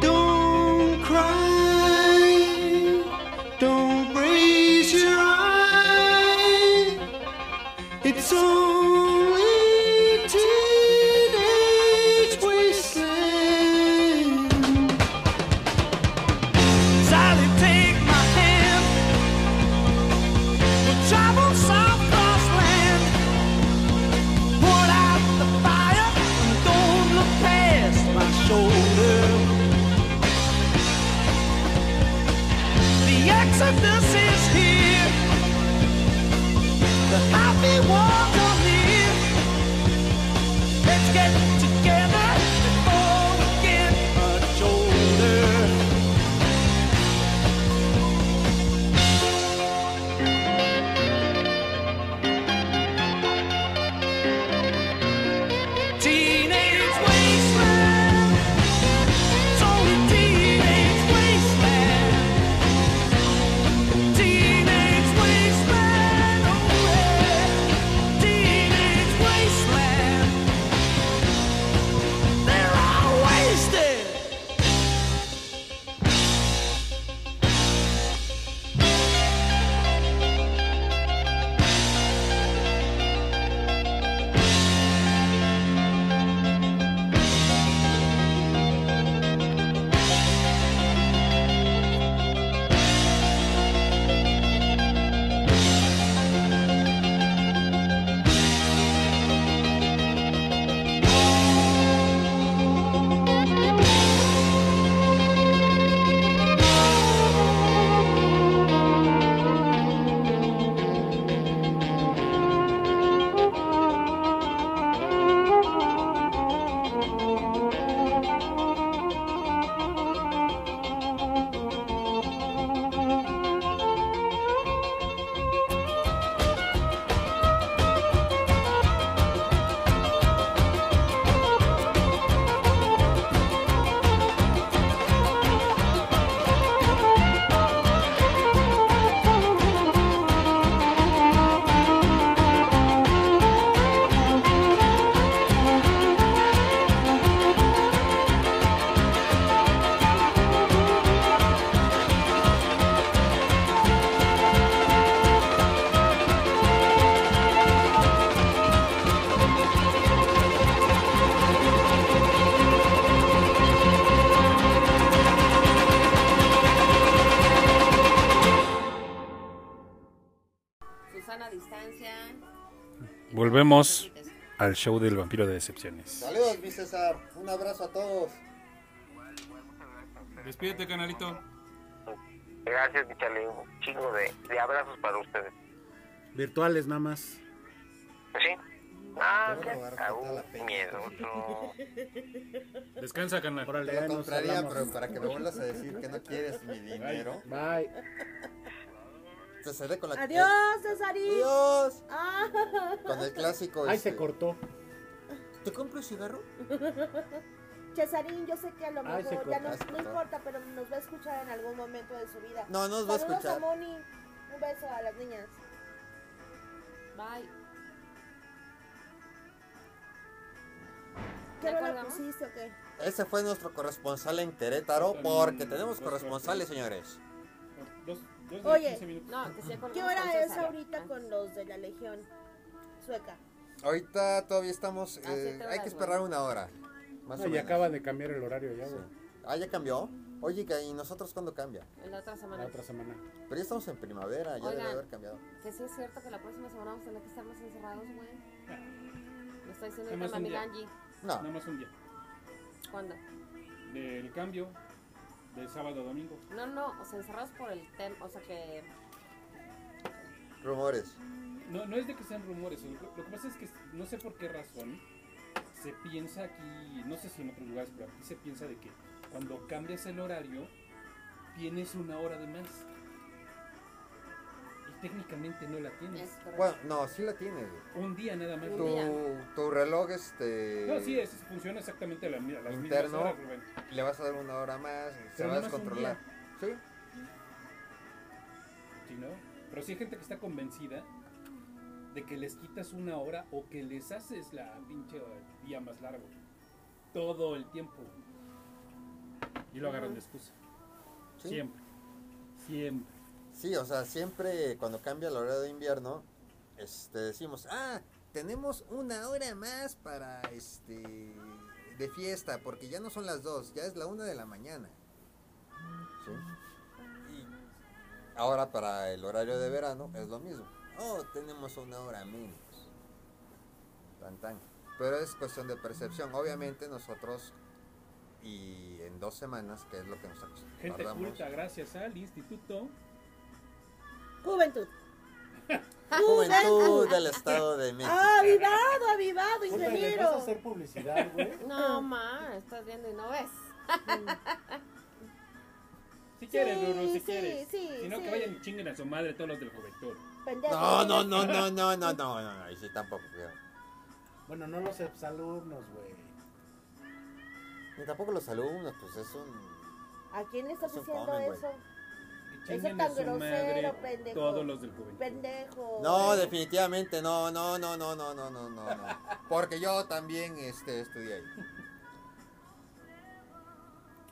Don't cry, don't raise your eyes. It's only teenage wasteland. Sally, take my hand. We'll travel south across land. Put out the fire and don't look past my shoulder. The exodus is here. The happy ones are near. Let's get together before we get much older. Teenage wasteland. It's only teenage wasteland. Teenage wasteland, oh yeah. Teenage wasteland. They're all wasted.
Susana Distancia.
Volvemos al show del vampiro de decepciones.
Saludos, mi César. Un abrazo a todos.
Despídete, canalito.
Gracias, Michale. Un chingo de, de abrazos para ustedes.
Virtuales nada más.
¿Sí? Ah,
Te voy a robar
qué
toda la
aún
pena.
miedoso.
Descansa, canal.
Órale,
Te
ya
lo
nos
compraría,
hablamos.
pero para que me vuelvas a decir que no quieres mi dinero,
Bye.
te seré con la
Adiós, Cesarín.
eh. Adiós.
Ah,
Con el clásico.
Ahí
este,
se cortó.
¿Te compro un cigarro?
Cesarín, yo sé que a lo
Ay, se
mejor ya
cortó,
no,
se
no
cortó.
importa, pero nos va a escuchar en algún momento de su vida.
No, no nos va a
Saludos
escuchar.
a Moni. Un beso a las niñas.
Bye.
¿Qué
¿Ya
no la
colgamos?
pusiste o qué?
Ese fue nuestro corresponsal en Querétaro, porque tenemos corresponsales, señores.
Oye,
No, que sea con
¿qué
con
hora es
César.
ahorita
Ah,
con los de la Legión Sueca?
Ahorita todavía estamos.
Ah, A
eh,
siete
hay
horas,
que esperar una hora. Más o
No, y
menos.
acaban Ah, de cambiar el horario ya, güey.
Ah, ya cambió. Oye, ¿y nosotros cuándo cambia?
En la otra semana.
La otra semana.
Pero ya estamos en primavera, ya debe
Oigan.
haber cambiado.
Que sí es cierto que la próxima semana vamos a tener que estar más encerrados, güey. Lo está diciendo
Nada más
ahorita
un
mami
día.
Angie.
No,
Nada más un día.
¿Cuándo?
Del cambio de sábado a domingo.
No, no, o sea, encerrados por el tema, o sea que
Rumores.
No, no es de que sean rumores. Lo, que- lo que pasa es que no sé por qué razón se piensa aquí, no sé si en otros lugares, pero aquí se piensa de que cuando cambias el horario tienes una hora de más. Y técnicamente no la
Es
tienes.
correcto.
Bueno, no, sí la tienes, güey.
Un día nada más.
Un
Tu, tu reloj, este.
No, sí, es, funciona exactamente a la, mi- a las
Interno.
mismas horas, Rubén.
Le vas a dar una hora más, se
Pero
va a
nomás un
descontrolar. Sí.
Sí, ¿no? Pero sí hay gente que está convencida de que les quitas una hora o que les haces la pinche día más largo. Todo el tiempo. Y lo agarran de excusa.
Sí.
Siempre. Siempre.
Sí, o sea, siempre cuando cambia la hora de invierno, este, decimos, ah, tenemos una hora más para, este, de fiesta, porque ya no son las dos, ya es la una de la mañana. ¿Sí? Y ahora para el horario de verano es lo mismo. Oh, tenemos una hora menos. Tan, tan. Pero es cuestión de percepción. Obviamente nosotros, y en dos semanas, que es lo que nos
Gente
acostumbramos.
culta, gracias al instituto.
Juventud.
Juventud del Estado de México.
Ah, avivado, avivado,
Puta, ¿les vas a
ingeniero.
hacer publicidad, güey?
No, ma, estás viendo y no ves.
Si quieres,
Sí,
Ruru, si
sí,
quieres.
sí,
si no,
sí.
que vayan y chinguen a su madre todos los del juventud.
Pendejo.
No, no, no, no, no, no, no, no, no, ahí sí tampoco. creo.
Bueno, no los exalumnos, güey.
Ni tampoco los alumnos, pues es un...
¿A quién le estás
Eso
diciendo
comen, güey.
eso?
Que
Eso
chinguen
tan
a su madre
grosero, pendejo.
todos los del juventud.
Pendejo.
No, definitivamente no, no, no, no, no, no, no, no, no. Porque yo también este, estudié ahí.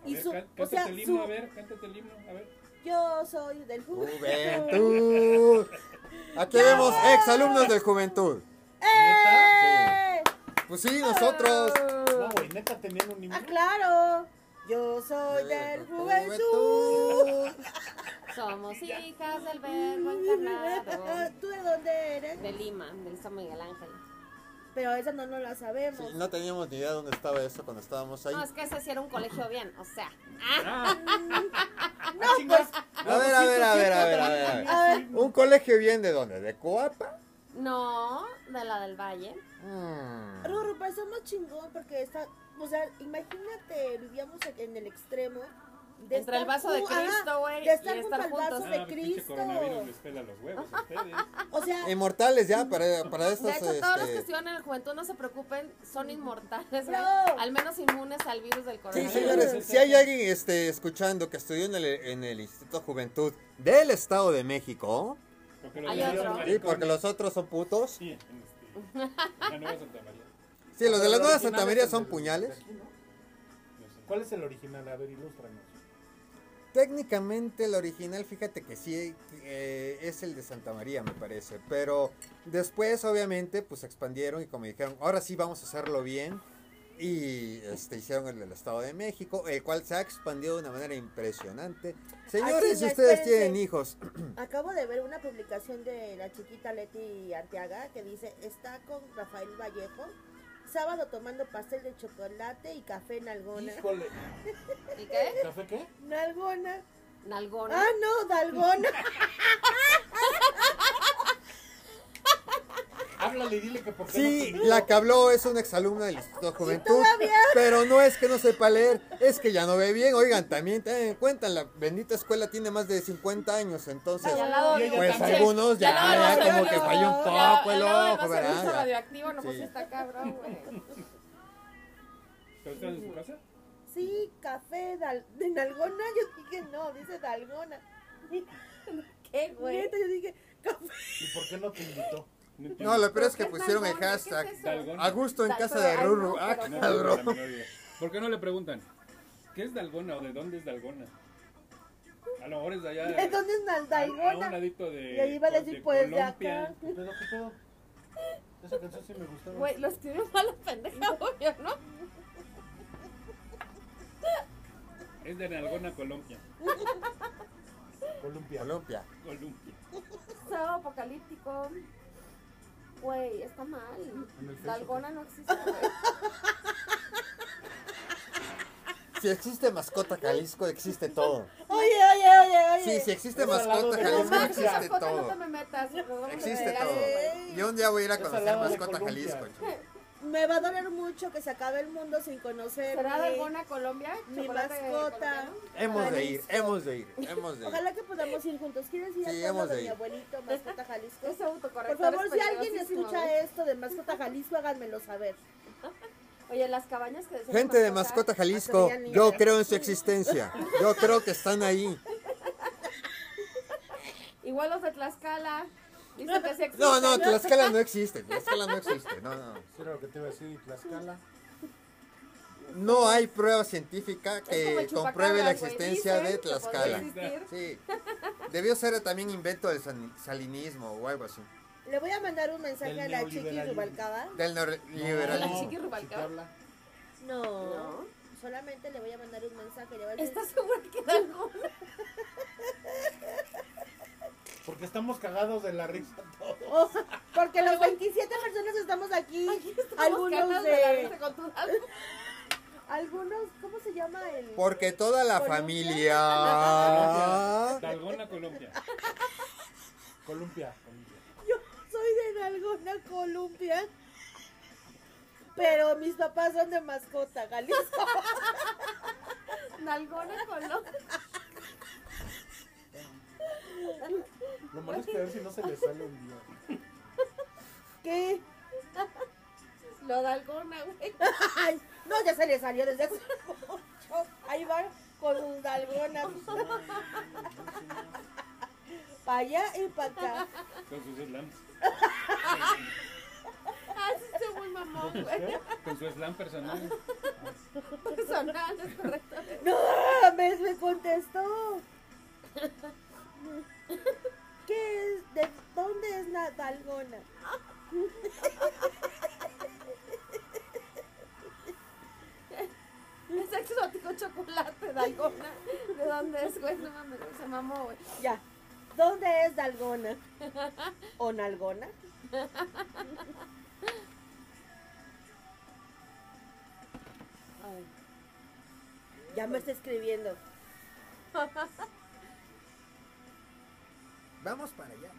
A
Y
ver,
su-
cá-
o sea,
cántate el himno,
su-
a ver, cántate el himno, a ver.
Yo soy del juventud.
Juventud. Aquí vemos exalumnos del Juventud.
¿Neta?
¡Eh!
Pues sí, nosotros.
No, güey, neta tenían un himno.
¡Ah, claro! Yo soy del juventud.
Somos hijas del verbo encarnado.
¿Tú de dónde eres?
De Lima, del San Miguel Ángel.
Pero esa no, no la
Sí,
sabemos.
no teníamos ni idea dónde estaba eso cuando estábamos ahí.
No, es que ese sí era un colegio bien, o sea. Ah,
Ah,
No, pues
A ver, a ver, a ver, a ver, a ver. a ver.
a ver,
¿Un colegio bien de dónde? ¿De Coapa?
No, de la del Valle.
Mm.
Rorro, pero somos chingón porque está, o sea, imagínate, vivíamos en- en el extremo de
Entre el
estar
vaso de
ju- ajá,
Cristo, güey,
de estar
y
junto
estar
al vaso
juntos.
ah,
de
pues, pinche
Cristo.
coronavirus les pela los huevos a ustedes.
O sea,
Inmortales ya para, para
De
estas.
hecho, todos los que
este,
estuvieron en el juventud, no se preocupen, son inmortales, güey.
Bravo.
Al menos inmunes al virus del
Sí,
coronavirus.
señores, si hay alguien este, escuchando que estudió en el, en el Instituto Juventud del Estado de México,
Porque los
Hay
de la
otro.
Nueva
y porque los otros son putos,
Sí, en este, en la Nueva Santa María.
sí,
Pero
los de la Nueva
originales
Santa María
son
son
del-
puñales,
de aquí, ¿no?
No sé.
¿Cuál es el original? A ver, ilústranos.
técnicamente el original, fíjate que sí eh, es el de Santa María, me parece, pero después obviamente pues expandieron y como dijeron, ahora sí vamos a hacerlo bien, y este, hicieron el del Estado de México, el cual se ha expandido de una manera impresionante. Señores, si
chinga,
ustedes
espérense.
tienen hijos,
acabo de ver una publicación de la chiquita Leti Arteaga que dice, está con Rafael Vallejo, sábado tomando pastel de chocolate y café nalgona.
Híjole.
¿Y qué?
¿Café qué?
Nalgona.
Nalgona.
Ah, no, dalgona.
Háblale y dile que por qué
Sí,
pues, no
la que habló es una exalumna del Instituto de Juventud.
todavía.
Pero no es que no sepa leer, es que ya no ve bien. Oigan, también tengan en cuenta, la bendita escuela tiene más de 50 años, entonces.
Y al lado de-
Pues
también.
algunos
Y al
ya,
lado del
ya
vaso
como
de
que
Cristo,
falló un
y al-
poco el
al lado del
ojo,
vaso de Cristo
¿verdad?
radioactivo, no, pues
Sí.
está cabrón, güey.
¿Pero están en su casa?
Sí, café dal- de nalgona. Yo dije, no, dice dalgona.
¿Qué, güey?
Neta, yo dije, café.
¿Y por qué no te invitó?
No, entiendo.
No, lo peor es que
¿Qué
pusieron el
nalgona? ¿Qué es
hashtag
eso?
Dalgona.
a gusto en
Tal-
casa
pero-
de
ay,
Ruru.
no,
Ah,
pero-
No tengo la
cabrón.
menor idea. ¿Por qué no le preguntan? ¿Qué es Dalgona o de dónde es Dalgona? A lo mejor es de allá.
¿De dónde es nal-
a, a un
dalgona?
ladito de.
Y ahí iba a decir, pues, de
Colombia.
acá.
¿Pero qué pedo? Esa canción sí me gustaba.
Güey, lo escribió mal la pendeja, obvio, ¿no?
Es de Dalgona, Colombia.
Columpia.
Colombia.
Colombia.
Sábado apocalíptico. Güey, está mal.
En el Facebook.
Dalgona no existe, güey.
Si existe mascota Jalisco, existe todo.
Oye, oye, oye, oye, oye.
Sí, si existe
Es al lado
mascota,
de-
Jalisco
No,
Max,
existe
mascota, no
todo.
te me metas. luego vamos a
Existe
pelear.
todo. Yo un día voy a ir a
Es al
conocer
lado de
mascota
Colombia.
Jalisco. chico.
Me va a doler mucho que se acabe el mundo sin conocer.
¿Será de
mi-
alguna Colombia?
mi
¿Chocolate
mascota.
colombiano?
Hemos de ir, hemos de ir, hemos de ir.
Ojalá que podamos ir juntos. ¿Quieres
Sí,
ir al
hemos
pueblo
de
de mi
ir.
abuelito, Mascota Jalisco?
Es autocorrector,
Por favor,
es
si alguien
peligrosísimo,
escucha
¿eh?
esto de Mascota Jalisco, háganmelo saber.
Oye, las cabañas que decían
Gente de Mascota Jalisco,
Hasta veían
yo
niños.
creo en su existencia. Yo creo que están ahí.
Igual los de Tlaxcala. Dicen que sí existen.
No, no, Tlaxcala no existe. Tlaxcala no existe. No, no.
Eso era lo que te iba a decir, y Tlaxcala.
No hay prueba científica
Es como
que
el
compruebe la
chupacabras, güey.
existencia
Dicen
de
que podría
Tlaxcala.
existir.
Sí. Debió ser también invento del san- salinismo o algo así.
Le voy a mandar un mensaje
Del
a la chiqui
neoliberalismo.
Rubalcaba.
Del
La
neoliberalismo.
chiqui Rubalcaba.
Chitabla.
No,
No.
Solamente le voy a mandar un mensaje. Le voy a decir,
¿Estás segura que da alguna?
Porque estamos cagados de la risa todos.
Oh, porque los 27 personas que estamos aquí. algunos
Canas
de.
de la risa con tu alma.
Algunos. ¿Cómo se llama el.?
Porque toda la
Colombia.
familia.
De alguna Colombia.
Columpia. Columpia.
Yo soy de alguna Columbia. Pero mis papás son de mascota, Jalisco.
Nalgona Colombia.
Lo malo es que a ver si no se le sale un día.
¿Qué?
Lo de Algona, güey.
Ay, no, ya se le salió desde hace mucho. Ahí van con sus dalgonas. Para allá y para acá.
Con sus slams.
Ah, sí, estoy muy mamón, güey.
Con su slam personal.
Personal, es correcto.
No, me, me contestó. ¿Qué es? ¿De dónde es la dalgona?
Es exótico chocolate de Algona. ¿De dónde es, güey? No mames, güey, se mamó, güey.
Ya. ¿Dónde es dalgona? ¿O nalgona?
Ay.
Ya me está escribiendo.
Vamos para allá.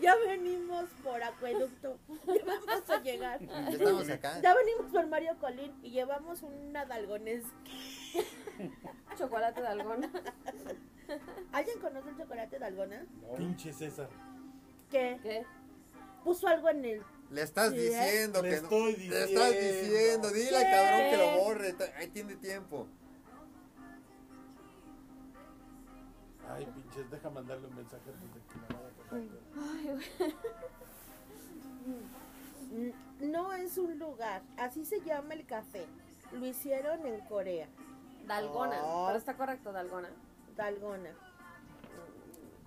Ya venimos por acueducto. Ya vamos a llegar.
Ya estamos acá.
Ya venimos por Mario Colín y llevamos una dalgones.
Chocolate de Algona.
¿Alguien conoce el chocolate dalgona?
Pinche César.
Que
¿Qué?
puso algo en él.
Le estás
Sí, ¿eh?
diciendo
Le
que no.
estoy
Le estás
diciendo.
diciendo. Dile al
¿Qué?
cabrón que lo borre. ta- Ahí tiene tiempo.
Ay, pinches, deja mandarle un mensaje antes de que me vaya a coger.
N- Mm, No es un lugar. Así se llama el café. Lo hicieron en Corea.
Dalgona.
Ah.
Oh.
Pero está correcto, Dalgona.
Dalgona.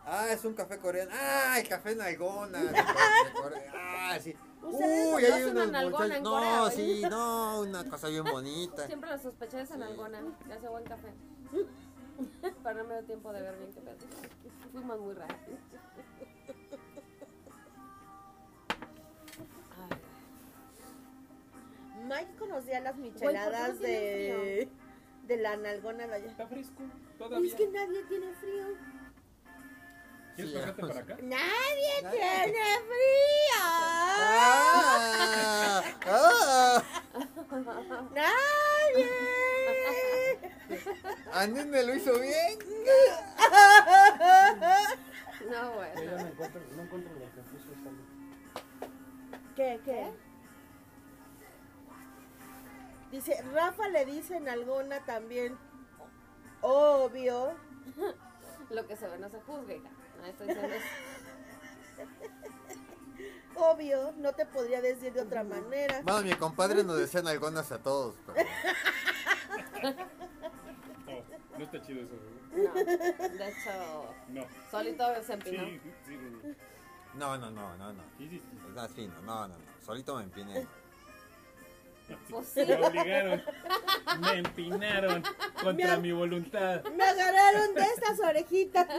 Ah, es un café coreano. Ah, el café nalgona. de Corea. Ah, sí.
¿Ustedes
Uy,
conocen
hay
a
unos
nalgona
muchachos.
en Corea,
No,
güey?
sí, no, una cosa bien bonita.
Pues Siempre lo sospeché de San Algona, que hace buen café. Pero no me dio tiempo de ver bien qué pedo. Fuimos muy rápido. Ay,
Mike conocía las
Güey,
micheladas
¿por qué no tiene
de, de la nalgona de allá.
Está fresco.
Es
Todavía.
que nadie tiene frío.
¿Quieres pasarte para acá?
¡Nadie
Nadie.
tiene frío!
Ah, ah.
¡Nadie!
Anín me lo hizo bien.
No, güey.
Yo ya no encuentro, no encuentro lo que puso Sally.
¿Qué, qué? Dice, Rafa le dice en alguna también. Obvio.
Lo que se ve no se juzga, hija. No estoy diciendo eso.
Obvio, no te podría decir de otra manera.
Bueno, mi compadre nos decía nalgonas a todos. pero-
No, no está chido eso. güey.
No. De hecho,
No.
solito se empinó.
Sí, sí, güey.
No, no, no, no, no.
Sí, sí, sí.
Es más fino. No, no, no. Solito me empiné.
Pues sí.
Me obligaron. Me empinaron contra mi voluntad.
Me agarraron de estas orejitas.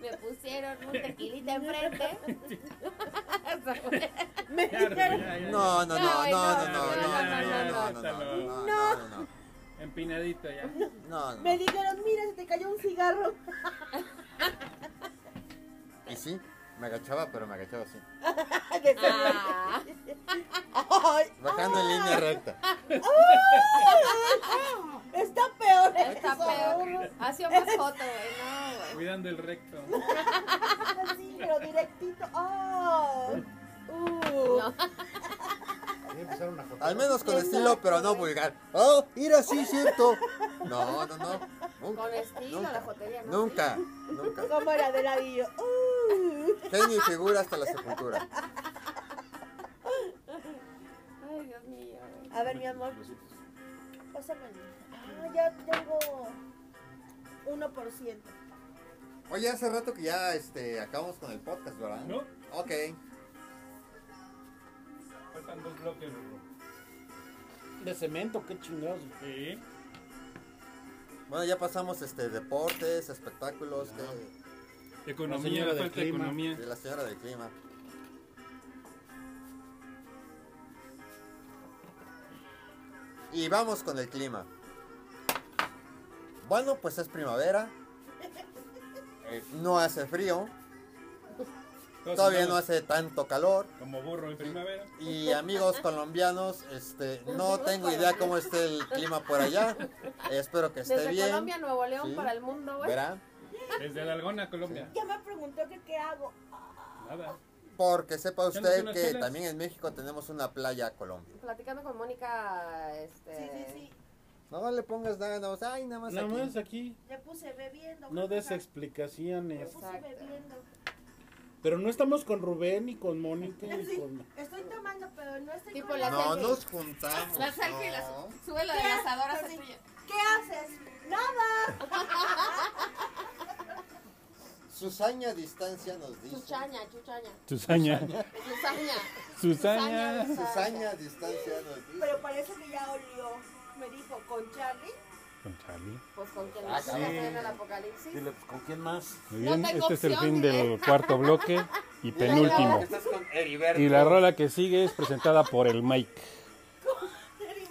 Me pusieron un tequilita enfrente.
Me
Ya,
dijeron,
ya, ya.
No, no, no, no, no, no,
no,
no, no, no, no, no, no, no, no.
Empinadito ya.
No, no.
me dijeron, mira, se te cayó un cigarro.
Y sí, me agachaba, pero me agachaba así.
De ser-
Ah,
Ay,
Bajando en línea recta.
está peor.
está
eso.
peor. Ha sido más foto, güey. No, güey.
Cuidando el recto.
Así, pero directito. Oh. Uh.
Y empezaron a joder.
Al menos con estilo, pero no vulgar. Oh, ir así, cierto. No, no, no. Nunca,
Con estilo,
nunca,
la jotería, ¿no?
Nunca, nunca.
¿Cómo era de ladillo? Uh.
Genio y figura hasta la sepultura.
Ay, Dios mío, güey.
A ver, mi amor. Pásame. el- Ah, ya tengo 1%.
Oye, hace rato que ya este, acabamos con el podcast, ¿verdad?
No.
Ok.
Faltan dos bloques, Rulo.
De cemento, qué chingados.
Sí.
Bueno, ya pasamos este, deportes, espectáculos, que-
Economía,
La señora del
falta
clima.
economía.
de la señora del clima. Y vamos con el clima. Bueno, pues es primavera. Eh, No hace frío.
Todos
Todavía no
andamos
hace tanto calor.
Como burro en primavera.
Y amigos colombianos, este, no tengo idea cómo esté el clima por allá. Espero que esté
Desde
bien.
Colombia, Nuevo León
Sí.
para el mundo, güey.
¿Verdad?
Desde Dalgona, Colombia.
Ya me preguntó que qué hago. Ah,
Nada.
Porque sepa
Ya no
usted
tiene
que
chelas.
también en México tenemos una playa Colombia.
Platicando con Mónica, este.
Sí, sí, sí.
No le pongas nada, nada más. Ay, nada más.
Nada
aquí.
más aquí,
Le puse bebiendo.
no des
jaja. Le
explicaciones.
puse bebiendo.
Pero no estamos con Rubén, ni con Mónica, ni
Sí,
con...
estoy tomando, pero no estoy
Tipo
con
la
No
selfie.
nos juntamos.
La selfie,
no.
la, sube la de
¿Qué?
las adoras
Así.
tuya.
¿Qué haces? Nada.
Susaña a distancia nos dice.
Chuchaña, chuchaña.
Susaña.
Chusaña.
Susaña.
Susaña a distancia nos dice.
Pero parece que ya olió. Me dijo, con Charlie.
Con Charlie.
Pues con quien
Ah,
nos toca
sí.
en el apocalipsis.
Dile, pues, ¿con quién más?
Muy
No
bien,
tengo
este es el
opción,
fin
dile.
del cuarto bloque y penúltimo.
Estás con Heriberto.
Y la rola que sigue es presentada por el Mike.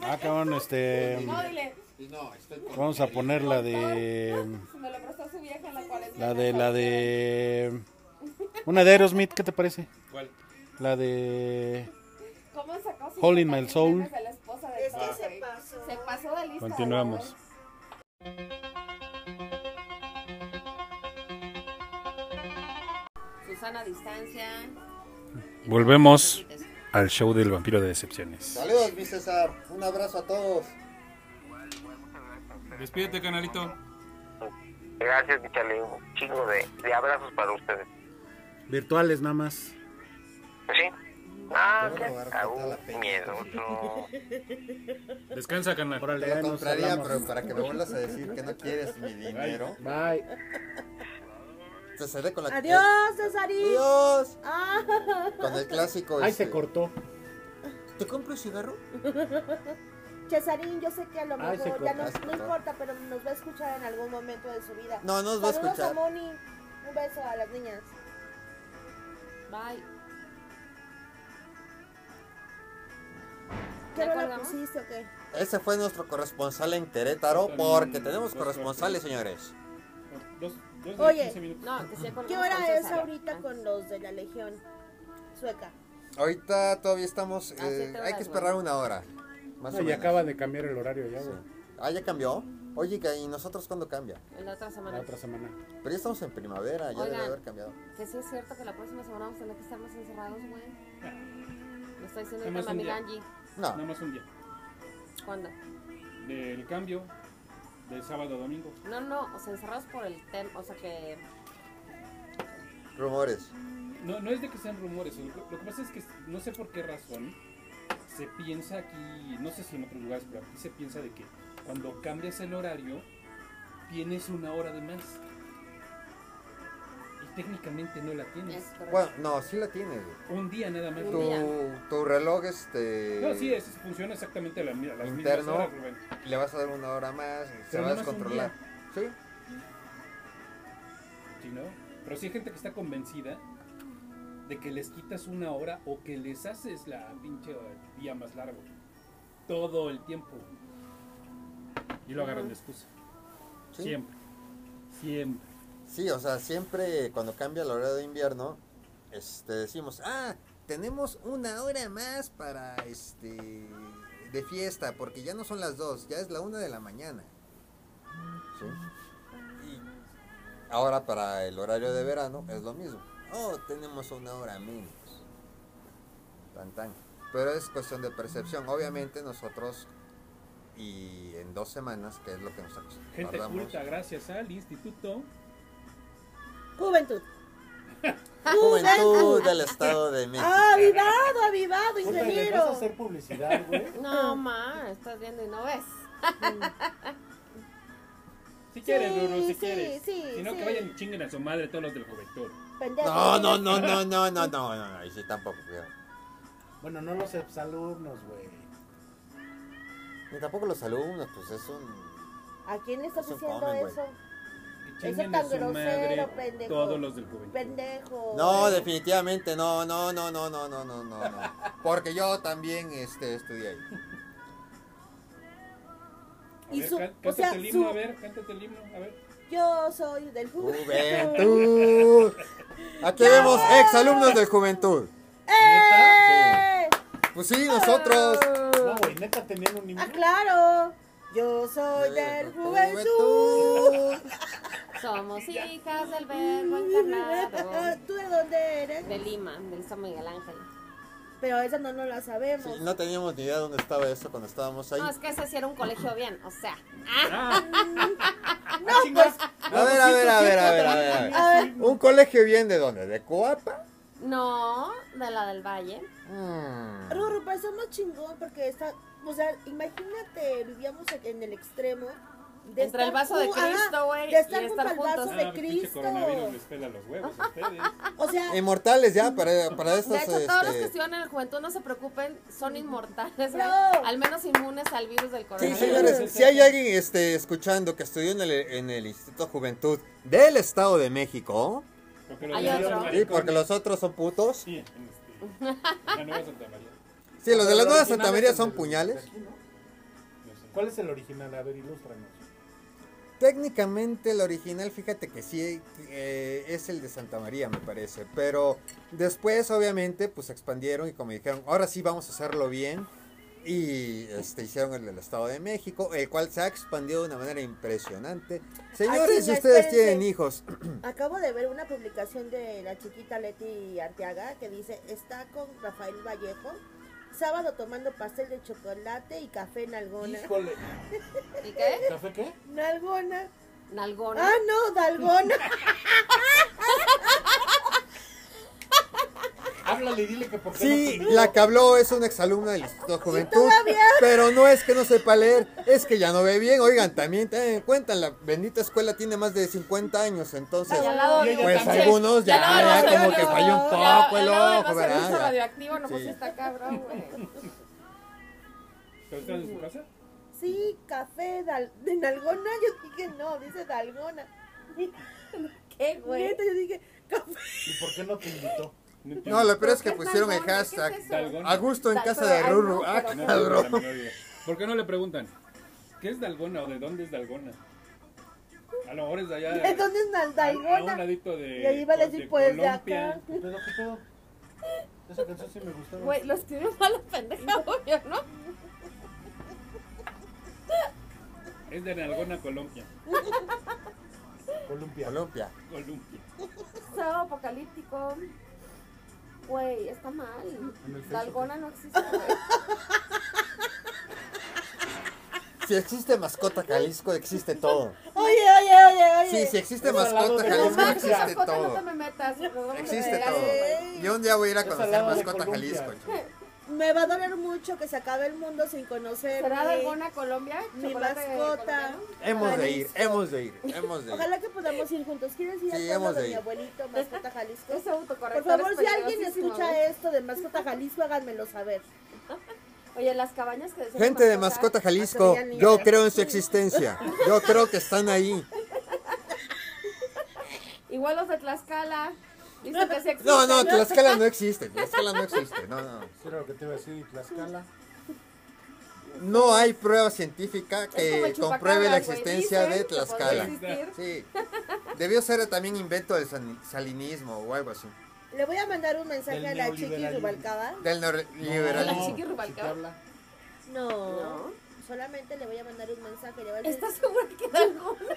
Ah, cabrón, este.
No, dile.
Y No, estoy con
Vamos a poner la de...
Si me lo prestó su vieja en la cuarentena.
La de, la de... Una de Aerosmith, ¿qué te parece?
¿Cuál?
La de...
¿Cómo sacó su
Hole in my soul.
De la esposa de
Es que
Tom,
se
güey?
pasó.
Se pasó de lista.
Continuamos.
güey. Susana a distancia.
Volvemos al show del vampiro de decepciones.
Saludos, mi César. Un abrazo a todos.
Despídete, canalito.
Gracias, mi Charlie. Un chingo de, de abrazos para ustedes. Pues
Virtuales, nada más.
¿Sí? Ah,
Te voy a robar
qué- aún
toda la pena.
miedoso.
Descansa, canal.
Órale,
Te lo
nos
compraría,
hablamos.
pero para que me vuelvas a decir que no quieres mi dinero.
Bye.
Te cerré con la
Adiós, Cesarín.
Adiós.
Ah,
Con el clásico.
Ay,
este,
se cortó.
¿Te compro un cigarro?
Cesarín, yo sé que a lo
Ay, se
mejor ya
cortó,
se
nos, no
cortó.
importa, pero nos va a escuchar en algún momento de su vida.
No, no nos va a
Saludos
escuchar.
a Moni. Un beso a las niñas.
Bye.
¿Qué no la
colgamos?
pusiste o qué?
Ese fue nuestro corresponsal en Querétaro, porque tenemos corresponsales, señores.
Dos, dos de
Oye.
15 minutos.
No, que se
¿Qué hora es ahorita
Ah.
con los de la Legión Sueca?
Ahorita todavía estamos.
Ah,
eh,
siete horas,
hay que esperar una hora. Más o
y
menos.
acaba de cambiar el horario ya,
Sí.
güey.
Ah, ya cambió. Oye, ¿qué- ¿y nosotros cuándo cambia?
En la otra semana.
La otra semana.
Pero ya estamos en primavera, ya debe
Oigan.
haber cambiado.
Que sí es cierto que la próxima semana vamos a tener que estar más encerrados, güey. Me está diciendo
Nada
ahorita
más un
mami
día.
Angie.
Nada
No,
más un día.
¿Cuándo?
Del cambio de sábado a domingo.
No, no, o sea, encerrados por el tema, o sea que...
rumores.
No, no es de que sean rumores. Lo, que- lo que pasa es que no sé por qué razón se piensa aquí, no sé si en otros lugares, pero aquí se piensa de que cuando cambias el horario tienes una hora de más. Y técnicamente no la
Es
tienes.
correcto.
Bueno, no, sí la tienes. güey.
Un día nada más.
Un
Tu,
día.
tu reloj, este.
No, sí, es, funciona exactamente la, mi- las mismas
Interno.
horas, Rubén.
Le vas a dar una hora más, se
Pero
va a
nada más un
descontrolar. Sí,
¿Sí, no? Pero sí hay gente que está convencida de que les quitas una hora o que les haces la pinche día más largo. Todo el tiempo. Y lo agarran de excusa.
Sí.
Siempre. Siempre.
Sí, o sea, siempre cuando cambia la hora de invierno, este, decimos, ah, tenemos una hora más para, este, de fiesta, porque ya no son las dos, ya es la una de la mañana. ¿Sí? Y ahora para el horario de verano es lo mismo. Oh, tenemos una hora menos. Tan, tan. Pero es cuestión de percepción. Obviamente nosotros, y en dos semanas, que es lo que nos
Gente
acostumbramos.
culta, gracias al instituto.
Juventud.
Juventud del Estado de México.
Ah, avivado, avivado,
Puta, ¿les vas a
ingeniero.
hacer publicidad, güey?
No, ma, estás viendo y no ves.
Si quieres,
Sí,
Ruru, si
sí,
quieres.
sí,
si no,
sí.
que vayan y chinguen a su madre todos los del juventud.
Pendejo.
No, no, no, no, no, no, no, no, no, ahí sí tampoco. cuidado.
Bueno, no los exalumnos, güey.
Ni tampoco los alumnos, pues es un...
¿A quién le estás
Eso
diciendo
comen, güey.
eso?
Que
Eso
chinguen
tan
a su madre
grosero, pendejo.
todos los del juventud.
Pendejo.
No, definitivamente no, no, no, no, no, no, no, no, no. Porque yo también este, estudié ahí.
A
Y
ver,
su-
cá-
o
cántate
sea,
el himno,
su-
a ver, cántate el himno, a ver.
Yo soy del juventud.
Juventud. Aquí vemos exalumnos del Juventud.
¡Eh!
Pues sí, nosotros.
No, güey, neta tenían un himno.
¡Ah, claro! Yo soy del juventud.
Juventud.
Somos hijas del verbo encarnado.
¿Tú de dónde eres?
De Lima, del San Miguel Ángel.
Pero esa no, no la
Sí,
sabemos.
no teníamos ni idea dónde estaba eso cuando estábamos ahí.
No, es que ese sí era un colegio bien, o sea.
No, pues,
Ah. A ver, a ver, a ver, a ver, a ver. a
a ver,
ver. ¿Un colegio bien de dónde? ¿De Coapa?
No, de la del Valle.
Mm.
Ruru, pero somos chingón porque está. O sea, imagínate, vivíamos en- en el extremo. De
Entre el
estar
vaso de
ju- ajá,
Cristo, güey,
De estar
y
junto
estar
al vaso
juntos.
de
pues, pinche
Cristo.
coronavirus les pela los huevos ¿eh? a ustedes.
O sea,
Inmortales ya, para, para
De
estas.
hecho, todos los que
Eh, este,
estuvieron en el juventud, no se preocupen, son inmortales, güey.
No.
Al menos inmunes al virus del
Sí,
coronavirus.
señores, si hay alguien este, escuchando que estudió en el, en el Instituto Juventud del Estado de México,
Porque los
Hay
de
otro.
los
sí,
maricones-
porque los otros son putos,
Sí, en este, en la Nueva Santa María.
sí, los de
Pero
la Nueva
original
Santa
es
María
el
son
del- de
puñales,
aquí, ¿no?
No sé.
¿Cuál es el original? A ver, ilústranos.
técnicamente el original, fíjate que sí eh, es el de Santa María, me parece, pero después obviamente pues expandieron y como dijeron, ahora sí vamos a hacerlo bien. Y este, hicieron el del Estado de México, el cual se ha expandido de una manera impresionante. Señores, si
chinga,
ustedes
espérense.
tienen hijos,
acabo de ver una publicación de la chiquita Leti Arteaga que dice: Está con Rafael Vallejo. Sábado tomando pastel de chocolate y café nalgona.
Híjole.
¿Y qué?
¿Café qué?
¿Nalgona?
Nalgona.
Ah, no, dalgona.
Háblale y dile que por qué
Sí,
no
la que habló es una exalumna del Instituto de Juventud.
todavía.
Pero no es que no sepa leer, es que ya no ve bien. Oigan, también tengan en cuenta, la bendita escuela tiene más de 50 años, entonces.
Y al lado
Y
de-
ella
Pues
también.
algunos ya,
al lado
ya
del
como que
vaso-
falla un
ya-
poco
al
el
lado del
ojo,
vaso de uso
¿verdad?
radioactivo, no, pues
Sí.
está cabrón, güey.
¿Pero están en su casa?
Sí, café dal- de nalgona. Yo dije, no, dice dalgona.
¿Qué, güey?
Neta, yo dije, café.
¿Y por qué no te invitó?
No, entiendo.
No, lo peor es que
¿Qué
pusieron el
nalgona? ¿Qué es
hashtag
eso?
Dalgona.
a gusto en
Exacto,
casa de
ay, no,
Ruru. Ah,
pero-
No
cabrón.
tengo la menor idea. ¿Por qué no le preguntan? ¿Qué es Dalgona o de dónde es Dalgona? A lo mejor es de allá.
¿De dónde es
a-
nal-
A un
dalgona?
ladito de.
Y ahí iba a decir, pues, de
Colombia.
acá.
Pero qué pedo. Esa canción sí me gustaba.
Güey, lo escribió mal la pendeja, obvio, ¿no?
Es de Dalgona, Colombia.
Columpia.
Colombia.
Colombia.
Sábado apocalíptico. Güey, está mal.
En el Facebook.
Dalgona no existe, güey.
Si existe mascota Jalisco, existe todo.
Oye, oye, oye, oye.
Sí, si existe
Es al lado
mascota
de-
No
Jalisco,
Colombia
mames,
existe
mascota, no
todo.
te me metas. nos vamos a
Existe
pegar,
todo.
güey.
Yo un día voy a ir a
Es al
conocer
lado de
mascota
Colombia.
Jalisco. chico.
Me va a doler mucho que se acabe el mundo sin conocer.
¿Será
mi-
Dalgona Colombia?
Mi
¿Chocolate
mascota.
colombiano?
Hemos de ir,
Jalisco.
hemos de ir, hemos de ir.
Ojalá que podamos ir juntos. ¿Quieres ir
Sí,
al
hemos
pueblo
de
de mi
ir.
abuelito, Mascota Jalisco?
Ese autocorrector
Por favor,
es
si alguien
peligrosísimo,
escucha
güey.
esto de Mascota Jalisco, háganmelo saber.
Oye, las cabañas que decían
Gente de Mascota Jalisco,
Hasta
yo
Villanilla.
creo en su existencia. Yo creo que están ahí.
Igual los de Tlaxcala. Dicen que sí existen.
No, no, Tlaxcala no existe. Tlaxcala no existe. No, no.
Eso era lo que te iba a decir, y Tlaxcala.
No hay prueba científica
Es como
que
el
compruebe la
chupacabras, güey.
existencia
Dicen
de
que podría
Tlaxcala.
existir.
Sí. Debió ser también invento del san- salinismo o algo así.
Le voy a mandar un mensaje
Del
a la chiqui
neoliberalismo.
Rubalcaba.
Del
No.
neoliberalismo.
chiqui Rubalcaba.
habla.
No,
No.
Solamente le voy a mandar un mensaje. Le voy a decir,
¿Estás segura que da alguna?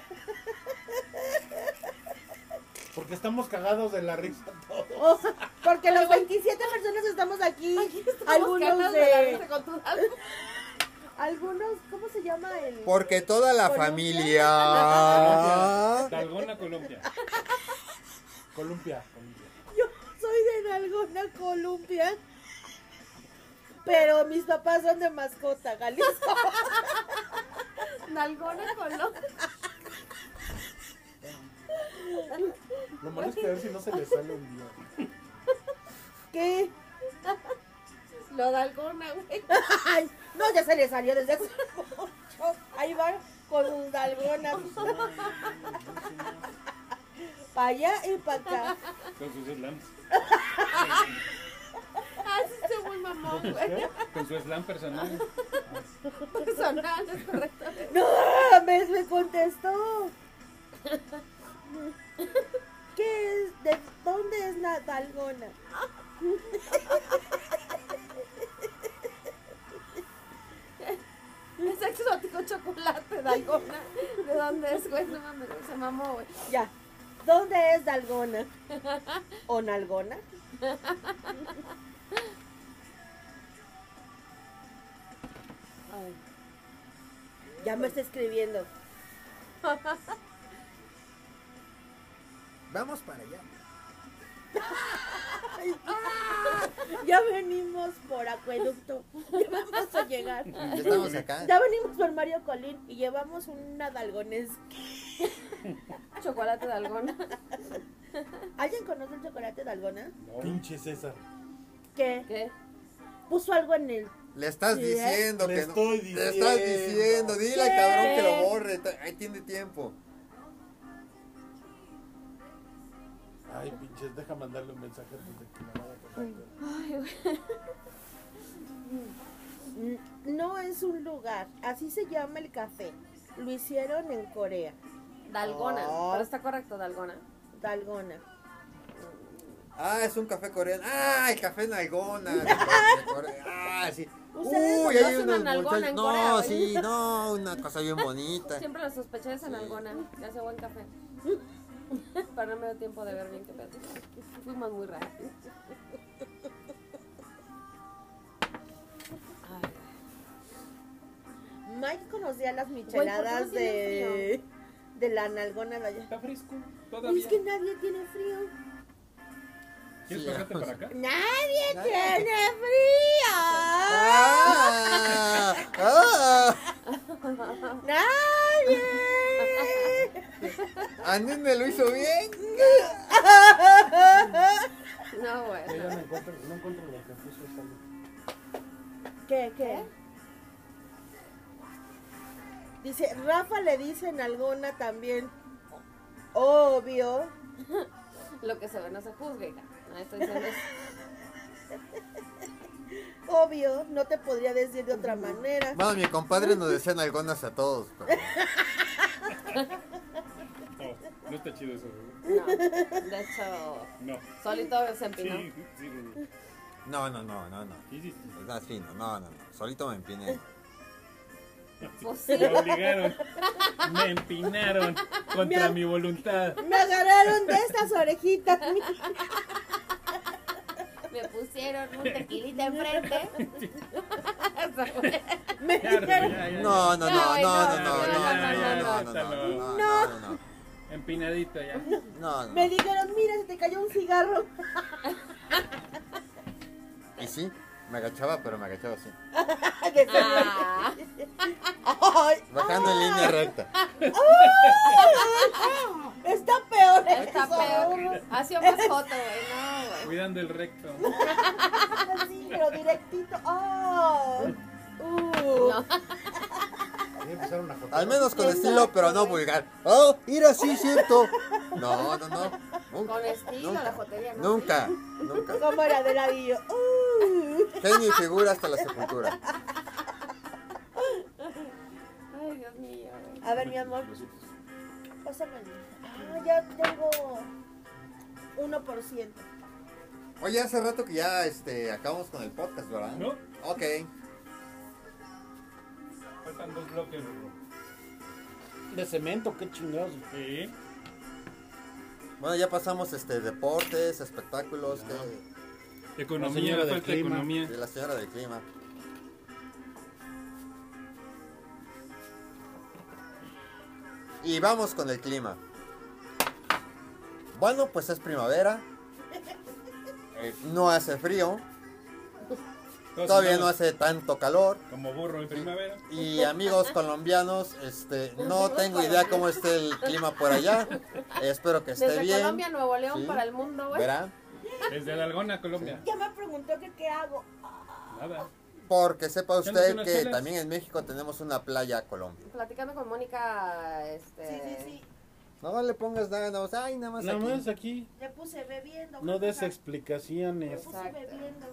Porque estamos cagados de la risa todos.
Oh, porque los 27 personas que estamos aquí, algunos
de... la risa
de.
con tu alma.
Algunos, ¿cómo se llama el.?
Porque toda la
Colombia.
familia.
Dalgona, Colombia.
Columpia, Columpia.
Yo soy de alguna Columbia. Pero mis papás son de mascota, Jalisco.
Nalgona con los...
Lo malo es que a ver si no se le sale un día.
¿Qué?
Lo de Algona, güey.
Ay, no, ya se le salió desde hace mucho. Ahí van con sus dalgonas. Para allá y para acá.
Con sus slams.
Ah, sí, estoy muy mamón, güey.
Con su slam personal.
Personal, es correcto.
No, me, me contestó. ¿Qué es? ¿De dónde es la dalgona?
Es exótico chocolate de Algona. ¿De dónde es, güey? No mames, güey, se mamó, güey.
Ya. ¿Dónde es dalgona? ¿O nalgona?
Ay.
Ya me está escribiendo.
Vamos para allá.
ah, Ya venimos por acueducto. Ya vamos a llegar.
Ya estamos acá.
Ya venimos por Mario Colín y llevamos una dalgones.
Chocolate de Algona.
¿Alguien conoce el chocolate dalgona?
Pinche César.
Que
¿Qué?
puso algo en él.
Le estás
Sí, ¿eh?
diciendo
Le
que no.
estoy
Le estás
diciendo.
diciendo. Dile al
¿Qué?
cabrón que lo borre. ta- Ahí tiene tiempo.
Ay, pinches, deja mandarle un mensaje antes de que la vaya a tocar.
N- Mm, No es un lugar. Así se llama el café. Lo hicieron en Corea.
Dalgona.
Oh.
Pero está correcto, Dalgona.
Dalgona.
Ah, es un café coreano. Ah, el café nalgona. de Corea. Ah, sí.
Ustedes
Uy,
conocen
hay unos
a nalgona
muchachos.
en Corea,
No,
güey.
sí, no, una cosa bien bonita.
Siempre lo sospeché de San Algona, que hace buen café. Pero no me dio tiempo de ver bien qué pedo. Fuimos muy rápido. Ay,
Mike conocía las
qué no
micheladas
tiene
de, de la nalgona de allá.
Está fresco.
Es
Todavía.
que nadie tiene frío.
¿Quieres
Sí,
pasarte
vamos.
para acá?
¡Nadie tiene frío!
Ah, ah.
¡Nadie!
Andén me lo hizo bien.
No, güey.
Yo ya no encuentro, no encuentro lo que puso esta luz.
¿Qué, qué? Dice, Rafa le dice en alguna también. Obvio.
Lo que se ve no se juzga, hija. No estoy diciendo eso.
Obvio, no te podría decir de otra manera.
Bueno, mi compadre nos decía nalgonas a todos. pero-
No, no está chido eso. güey.
No. De hecho,
No.
solito se empinó.
Sí, sí, güey.
No, no, no, no, no.
Sí, sí, sí.
Es más fino. No, no, no. Solito me empiné.
Pues sí.
Me obligaron. Me empinaron contra mi voluntad.
Me agarraron de estas orejitas.
Me pusieron un tequilita enfrente. Eso, güey.
Me
Ya, ya,
dijeron,
ya, ya.
No, no, no, no, no, no,
no,
no, no, no, no, no, no, no, no.
Empinadito ya.
No,
me
no.
dijeron, mira, se te cayó un cigarro.
Y sí, me agachaba, pero me agachaba así.
De ser-
Ah,
Ay,
Bajando en línea recta.
está peor.
está
eso.
peor. Ha sido más foto, güey. No, güey.
Cuidando el recto.
¡Oh! Así, pero directito. Ay. Uh.
No.
empezaron a jotear.
Al menos con estilo, pero no vulgar. ¡Oh, ir así, cierto! No, no, no. Nunca,
Con estilo, la jotería, ¿no?
nunca, nunca.
Como era de ladillo. Uh.
Genio y figura hasta la sepultura.
Ay, Dios mío. güey.
A ver, mi amor. Pásame el- Ah, ya tengo 1%.
Oye, hace rato que ya este, acabamos con el podcast, ¿verdad?
¿No?
Ok.
Faltan dos bloques, Rulo.
De cemento, qué chingados.
Sí.
Bueno, ya pasamos este, deportes, espectáculos, que-
La
Economía,
señora
la
del
falta de
clima.
economía.
de la señora del clima. Y vamos con el clima. Bueno, pues es primavera. Eh, No hace frío.
Todos
Todavía no
andamos
hace tanto calor.
Como burro en primavera.
Y amigos colombianos, este, no tengo idea cómo esté el clima por allá. Espero que esté
Desde
bien.
Colombia, Nuevo León
Sí.
para el mundo, güey.
¿Verdad?
Desde la Algona, Colombia.
Ah, Ya me preguntó que qué hago. Ah,
Nada.
Porque sepa
¿Ya no
usted
tienes
que
chelas?
también en México tenemos una playa Colombia.
Platicando con Mónica, este...
Sí, sí, sí.
No le pongas nada, nada más. Ay, nada más.
Nada
aquí.
más aquí,
Le puse bebiendo.
no des
jaja. Le
explicaciones.
puse bebiendo.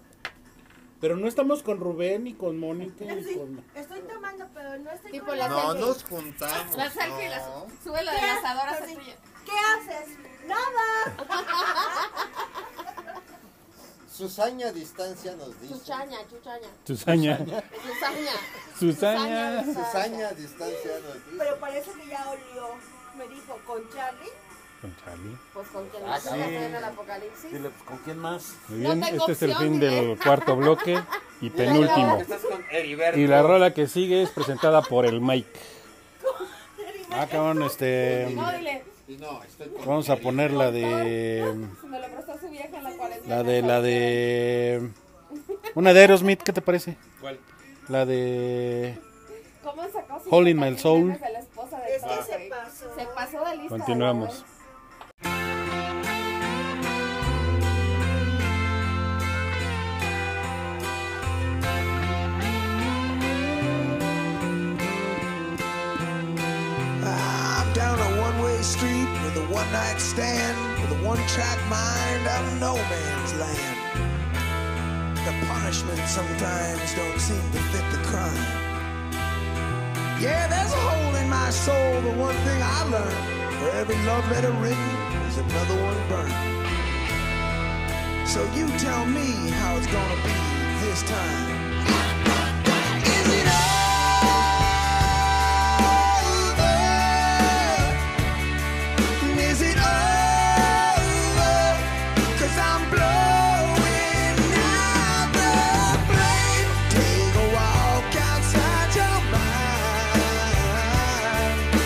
Pero no estamos con Rubén, ni con Mónica, ni
Sí,
con...
estoy tomando, pero no estoy
Tipo
con
la-
No
selfie.
nos juntamos.
La selfie,
no.
la, sube la de
¿Qué?
las adoras
Así.
tuya.
¿Qué haces? Nada.
Susaña Distancia nos dice.
Chuchaña, chuchaña.
Susaña.
Chuchaña.
Susaña.
Susaña Distancia nos dice.
Pero parece que ya olió. Me dijo, con Charlie.
Con Charlie.
Pues con quien
Ah,
nos toca
sí.
en el apocalipsis.
Dile, pues, ¿con quién más?
Muy
No
bien,
tengo
este es el
opción,
fin
dile.
del cuarto bloque y penúltimo.
Estás con Heriberto.
Y la rola que sigue es presentada por el Mike.
Ah, cabrón, este...
No, dile,
Y no, estoy con
Vamos a
Heriberto.
poner la de...
se me lo prestó su vieja en la cuarentena.
La de, la de... Una de Aerosmith, ¿qué te parece?
¿Cuál?
La de...
¿Cómo sacó su
Hole in my soul.
la esposa de
Es que
Thor,
se
güey?
pasó.
Se pasó de lista.
Continuamos.
I'm down a one-way street with a one-night stand, with a one-track mind. I'm no man's land. The punishment sometimes don't seem to fit the crime. Yeah, there's a hole in my soul, but one thing I learned: for every love letter written, is another one burned. So you tell me how it's gonna be this time. Is it over? Is it over? 'Cause I'm blowing out the flame. Take a walk outside your mind.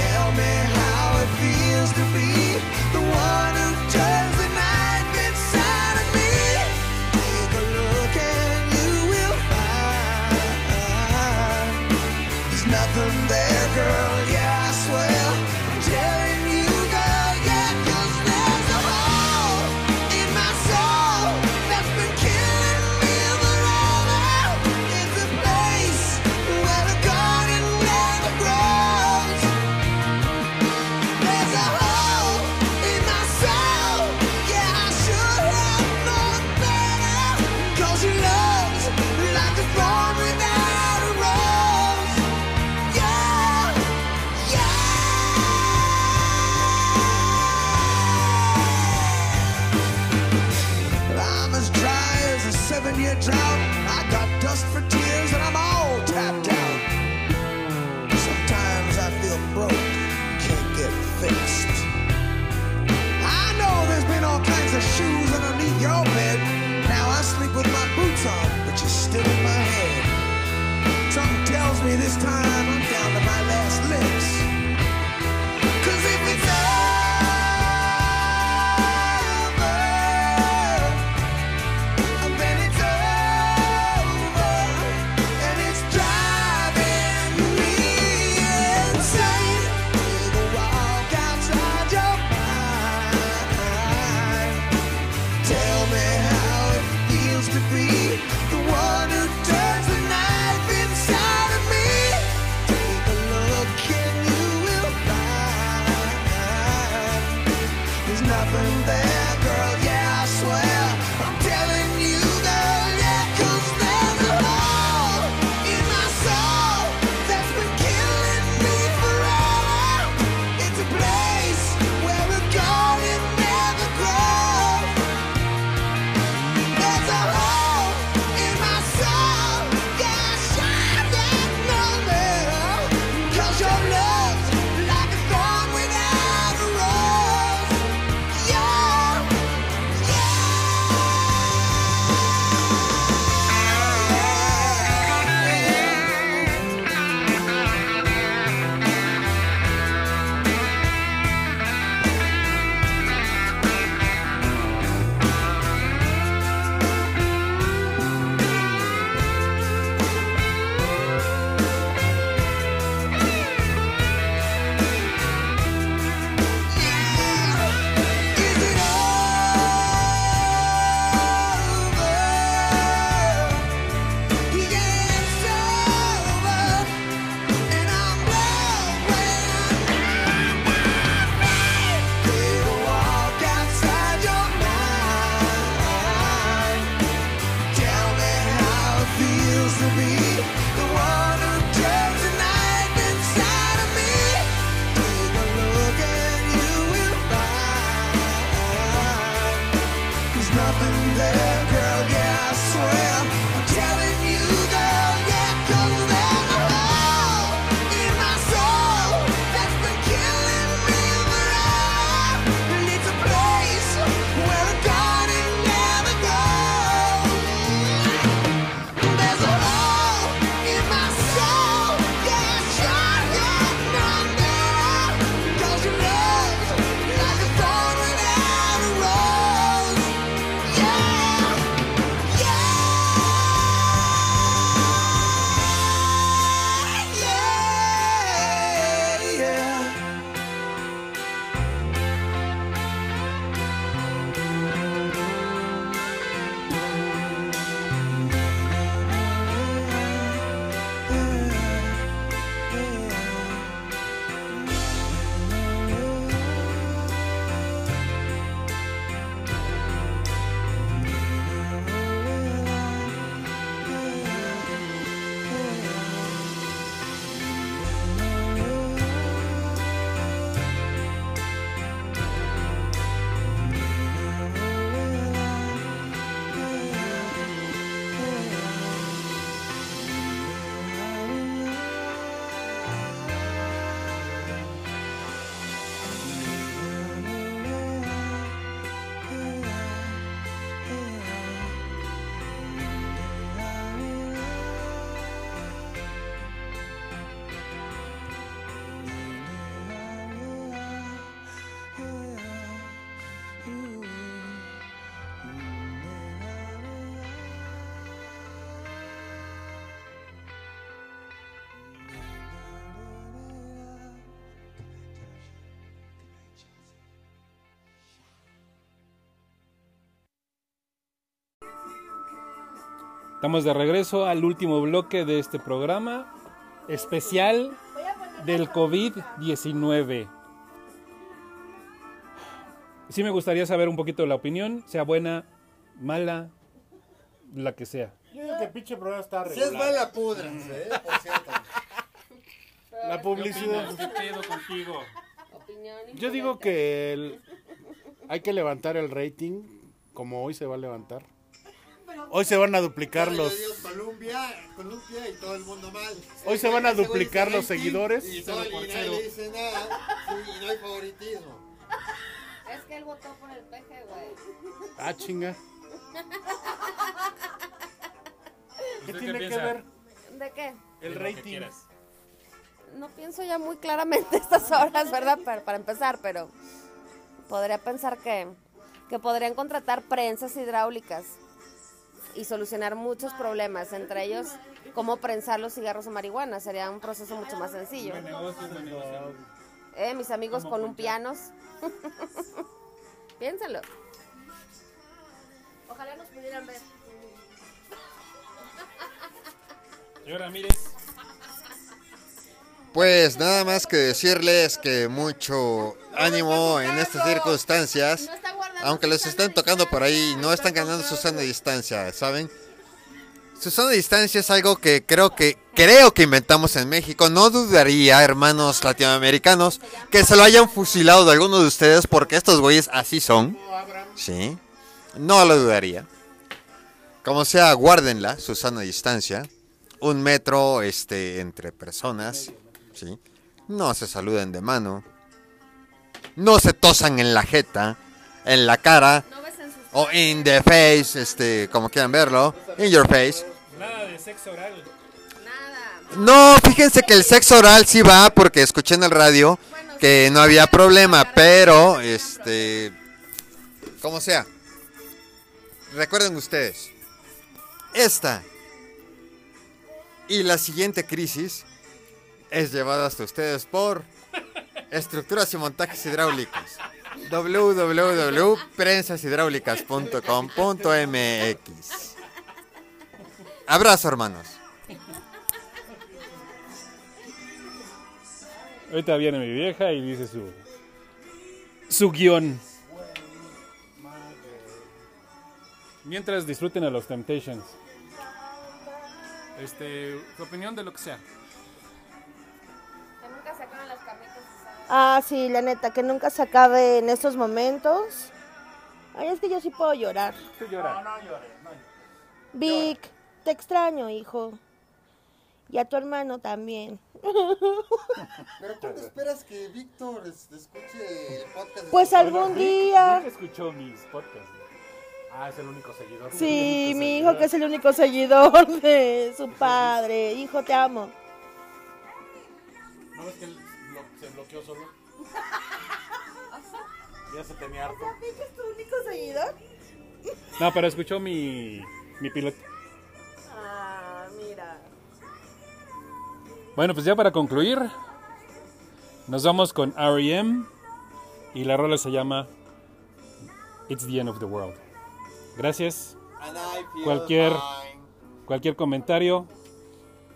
Tell me how it feels to be the one who turns the night inside of me. Take a look and you will find there's nothing there, girl. Yeah, I swear. I'm telling you, girl. Yeah, 'cause there's a hole in my soul that's been killing me forever. It's a place where the garden never grows. There's a hole in my soul. Yeah, I should have known better. 'Cause your love's like a thorn without a rose. Yeah, yeah. I'm as dry as a seven-year drought. I got dust for tears and I'm all tapped out. Sometimes I feel broke, can't get fixed. I know there's been all kinds of shoes underneath your bed. Now I sleep with my boots on, which is still in my head. Something tells me this time I'm down to my last lips. Cause if it's over, then it's over. And it's driving me insane. Take a walk outside your mind. Tell me how it feels to be the one who turns the knife inside of me. Take There's nothing there, girl, yeah, I swear. I'm telling you, girl, yeah, 'cause there's a hole in my soul that's been killing me forever. It's a place where a garden never grows. There's a hole in my soul, yeah, I shine that number. 'Cause your love's like a thorn without a rose. Yeah. Nothing there, girl, yeah, I swear. I'm telling you, girl, yeah, 'cause there's a hole in my soul that's been killing me forever. And it's a place where a garden never grows. There's a hole in my soul, yeah, it's your love number. 'Cause your love's like a thorn without a rose. Yeah.
Estamos de regreso al último bloque de este programa especial del COVID-19. Sí me gustaría saber un poquito la opinión, sea buena, mala, la que sea.
Yo digo que el pinche programa está
Si es
regular.
mala, pudrense, ¿eh? Por cierto.
La publicidad.
contigo?
Yo digo que el- hay que levantar el rating como hoy se va a levantar. Hoy se van a duplicar los...
Ay, Dios, Columbia, Columbia y todo el mundo mal.
Hoy se van a
Ese güey
duplicar
dice
los
rating
seguidores.
Y, todo, y nadie le dice nada. Sí, y no hay favoritismo.
Es que él votó por el peje, güey.
Ah, chinga. ¿Qué
¿Usted qué
tiene que
piensa?
ver
¿De qué?
el rating?
No pienso ya muy claramente estas horas, ¿verdad? Para, para empezar, pero podría pensar que, que podrían contratar prensas hidráulicas y solucionar muchos problemas, entre ellos cómo prensar los cigarros o marihuana. Sería un proceso mucho más sencillo. Eh, mis amigos colombianos. Piénsalo.
Ojalá nos pudieran ver.
Señor Ramírez.
Pues nada más que decirles que mucho ánimo en estas circunstancias. Aunque les estén tocando por ahí, no están ganando su sana distancia, ¿saben? Su sana distancia es algo que creo que creo que inventamos en México. No dudaría, hermanos latinoamericanos, que se lo hayan fusilado de alguno de ustedes porque estos güeyes así son. Sí. No lo dudaría. Como sea, guárdenla, su sana distancia. Un metro este, entre personas. ¿sí? No se saluden de mano. No se tosan en la jeta, en la cara. O in the face, este, como quieran verlo. In your face.
Nada de sexo oral.
No, fíjense que el sexo oral sí va porque escuché en el radio que no había problema, pero este como sea. Recuerden ustedes esta y la siguiente crisis es llevada hasta ustedes por Estructuras y Montajes Hidráulicos. www.prensashidráulicas.com.mx Abrazo, hermanos.
Ahorita viene mi vieja y dice su su guión. Mientras disfruten a los Temptations. Este, su opinión de lo que sea.
Que nunca sacaron las carnitas asadas.
Ah, sí, la neta, que nunca se acabe en estos momentos. Ay, es que yo sí puedo llorar.
Tú llora.
Vic, te extraño, hijo. Y a tu hermano también.
Pero ¿cuándo esperas que Víctor es- escuche el podcast? de
Pues
Víctor?
algún día.
escuchó mis podcasts. Ah, es el único seguidor.
Sí, mi hijo que es el único seguidor de su padre. Hijo, te amo.
¿No ves que él blo- se bloqueó solo? Ya se tenía harto.
¿Vic es tu único seguidor?
No, pero escuchó mi, mi piloto.
Ah, mira.
Bueno, pues ya para concluir, nos vamos con REM y la rola se llama It's the End of the World. Gracias.
And I feel
Cualquier,
fine.
cualquier comentario,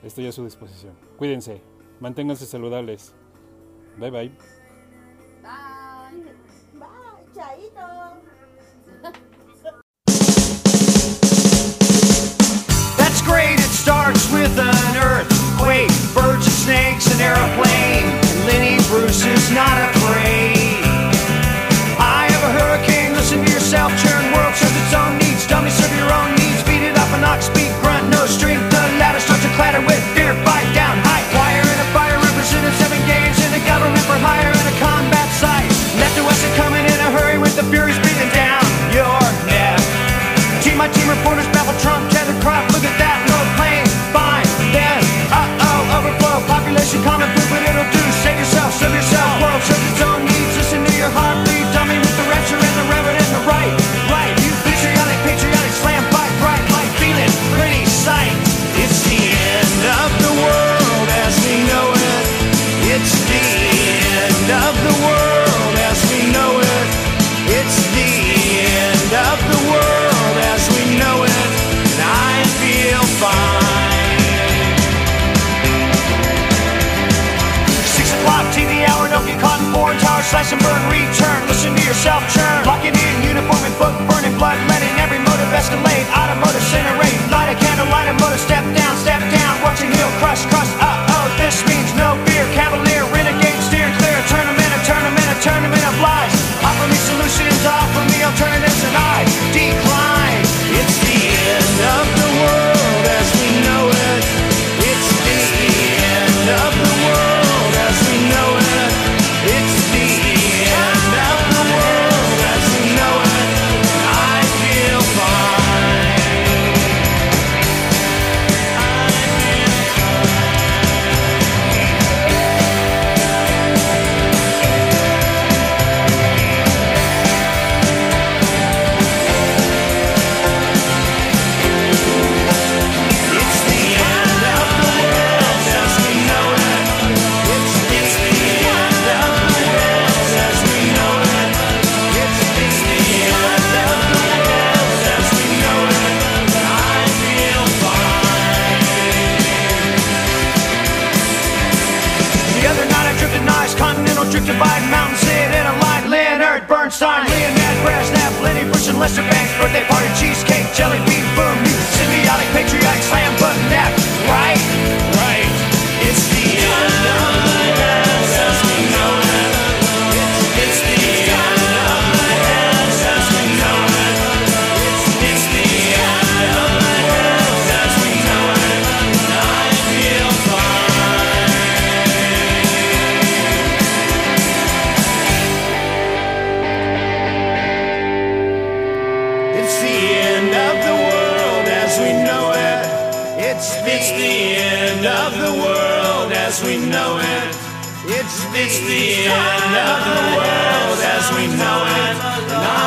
estoy a su disposición. Cuídense, manténganse saludables. Bye bye.
Bye.
Bye, chaito.
That's great. It starts with an earthquake, birds and snakes, an aeroplane. Lenny Bruce is not afraid. I have a hurricane. Listen to yourself. Churn world serves its own needs. Dummy serve your own needs. Beat it up and knock. Speak grunt. No strength. The ladder starts to clatter with fear. Fight down. High wire and a fire representing seven games in the government for hire and a combat site. Left to west are coming in a hurry with the furies breathing down your neck. Team my team reporters babble Trump, tether crop, look at that, no plane, fine, then, uh-oh, overflow, population common food, but it'll do, save yourself, serve yourself, world serves its own needs, listen to your heartbeat, dummy with the rapture and the reverend and the right, right, you patriotic, patriotic, slam, fight, bright light, feeling, pretty sight, it's the end of the world as we know it, it's the end of the world as we know it, it's the end of the world as we know it, and I feel fine. Six o'clock TV hour, don't get caught in foreign tower, slash and burn, return. Listen to yourself churn. Locking in uniform and book, burning blood, letting every motive escalate. Automotive incinerate, light a candle, light a motive, step down, step down. Watching heel crush, crush, uh oh, this means no fear. Cavalier, renegade, steer clear. Tournament, a tournament, a tournament of lies. Offer me solutions, offer me alternatives, and I decline. It's the end of the world as we know it. It's the end of the world as we know it. It's the end of the world as we know it. I feel fine. Einstein, Leonard Brezhnev, Lenny Bruce, and Lester Bangs. Birthday party, cheesecake, jelly bean, boom. Symbiotic, patriotic, slam button app. Right? Right. It's the end of the It's the end of the It's the end of the as we know it. I feel It's the end of the world as we know it. It's the, end of the world as we know it. It's the, end of the world as we know it. And I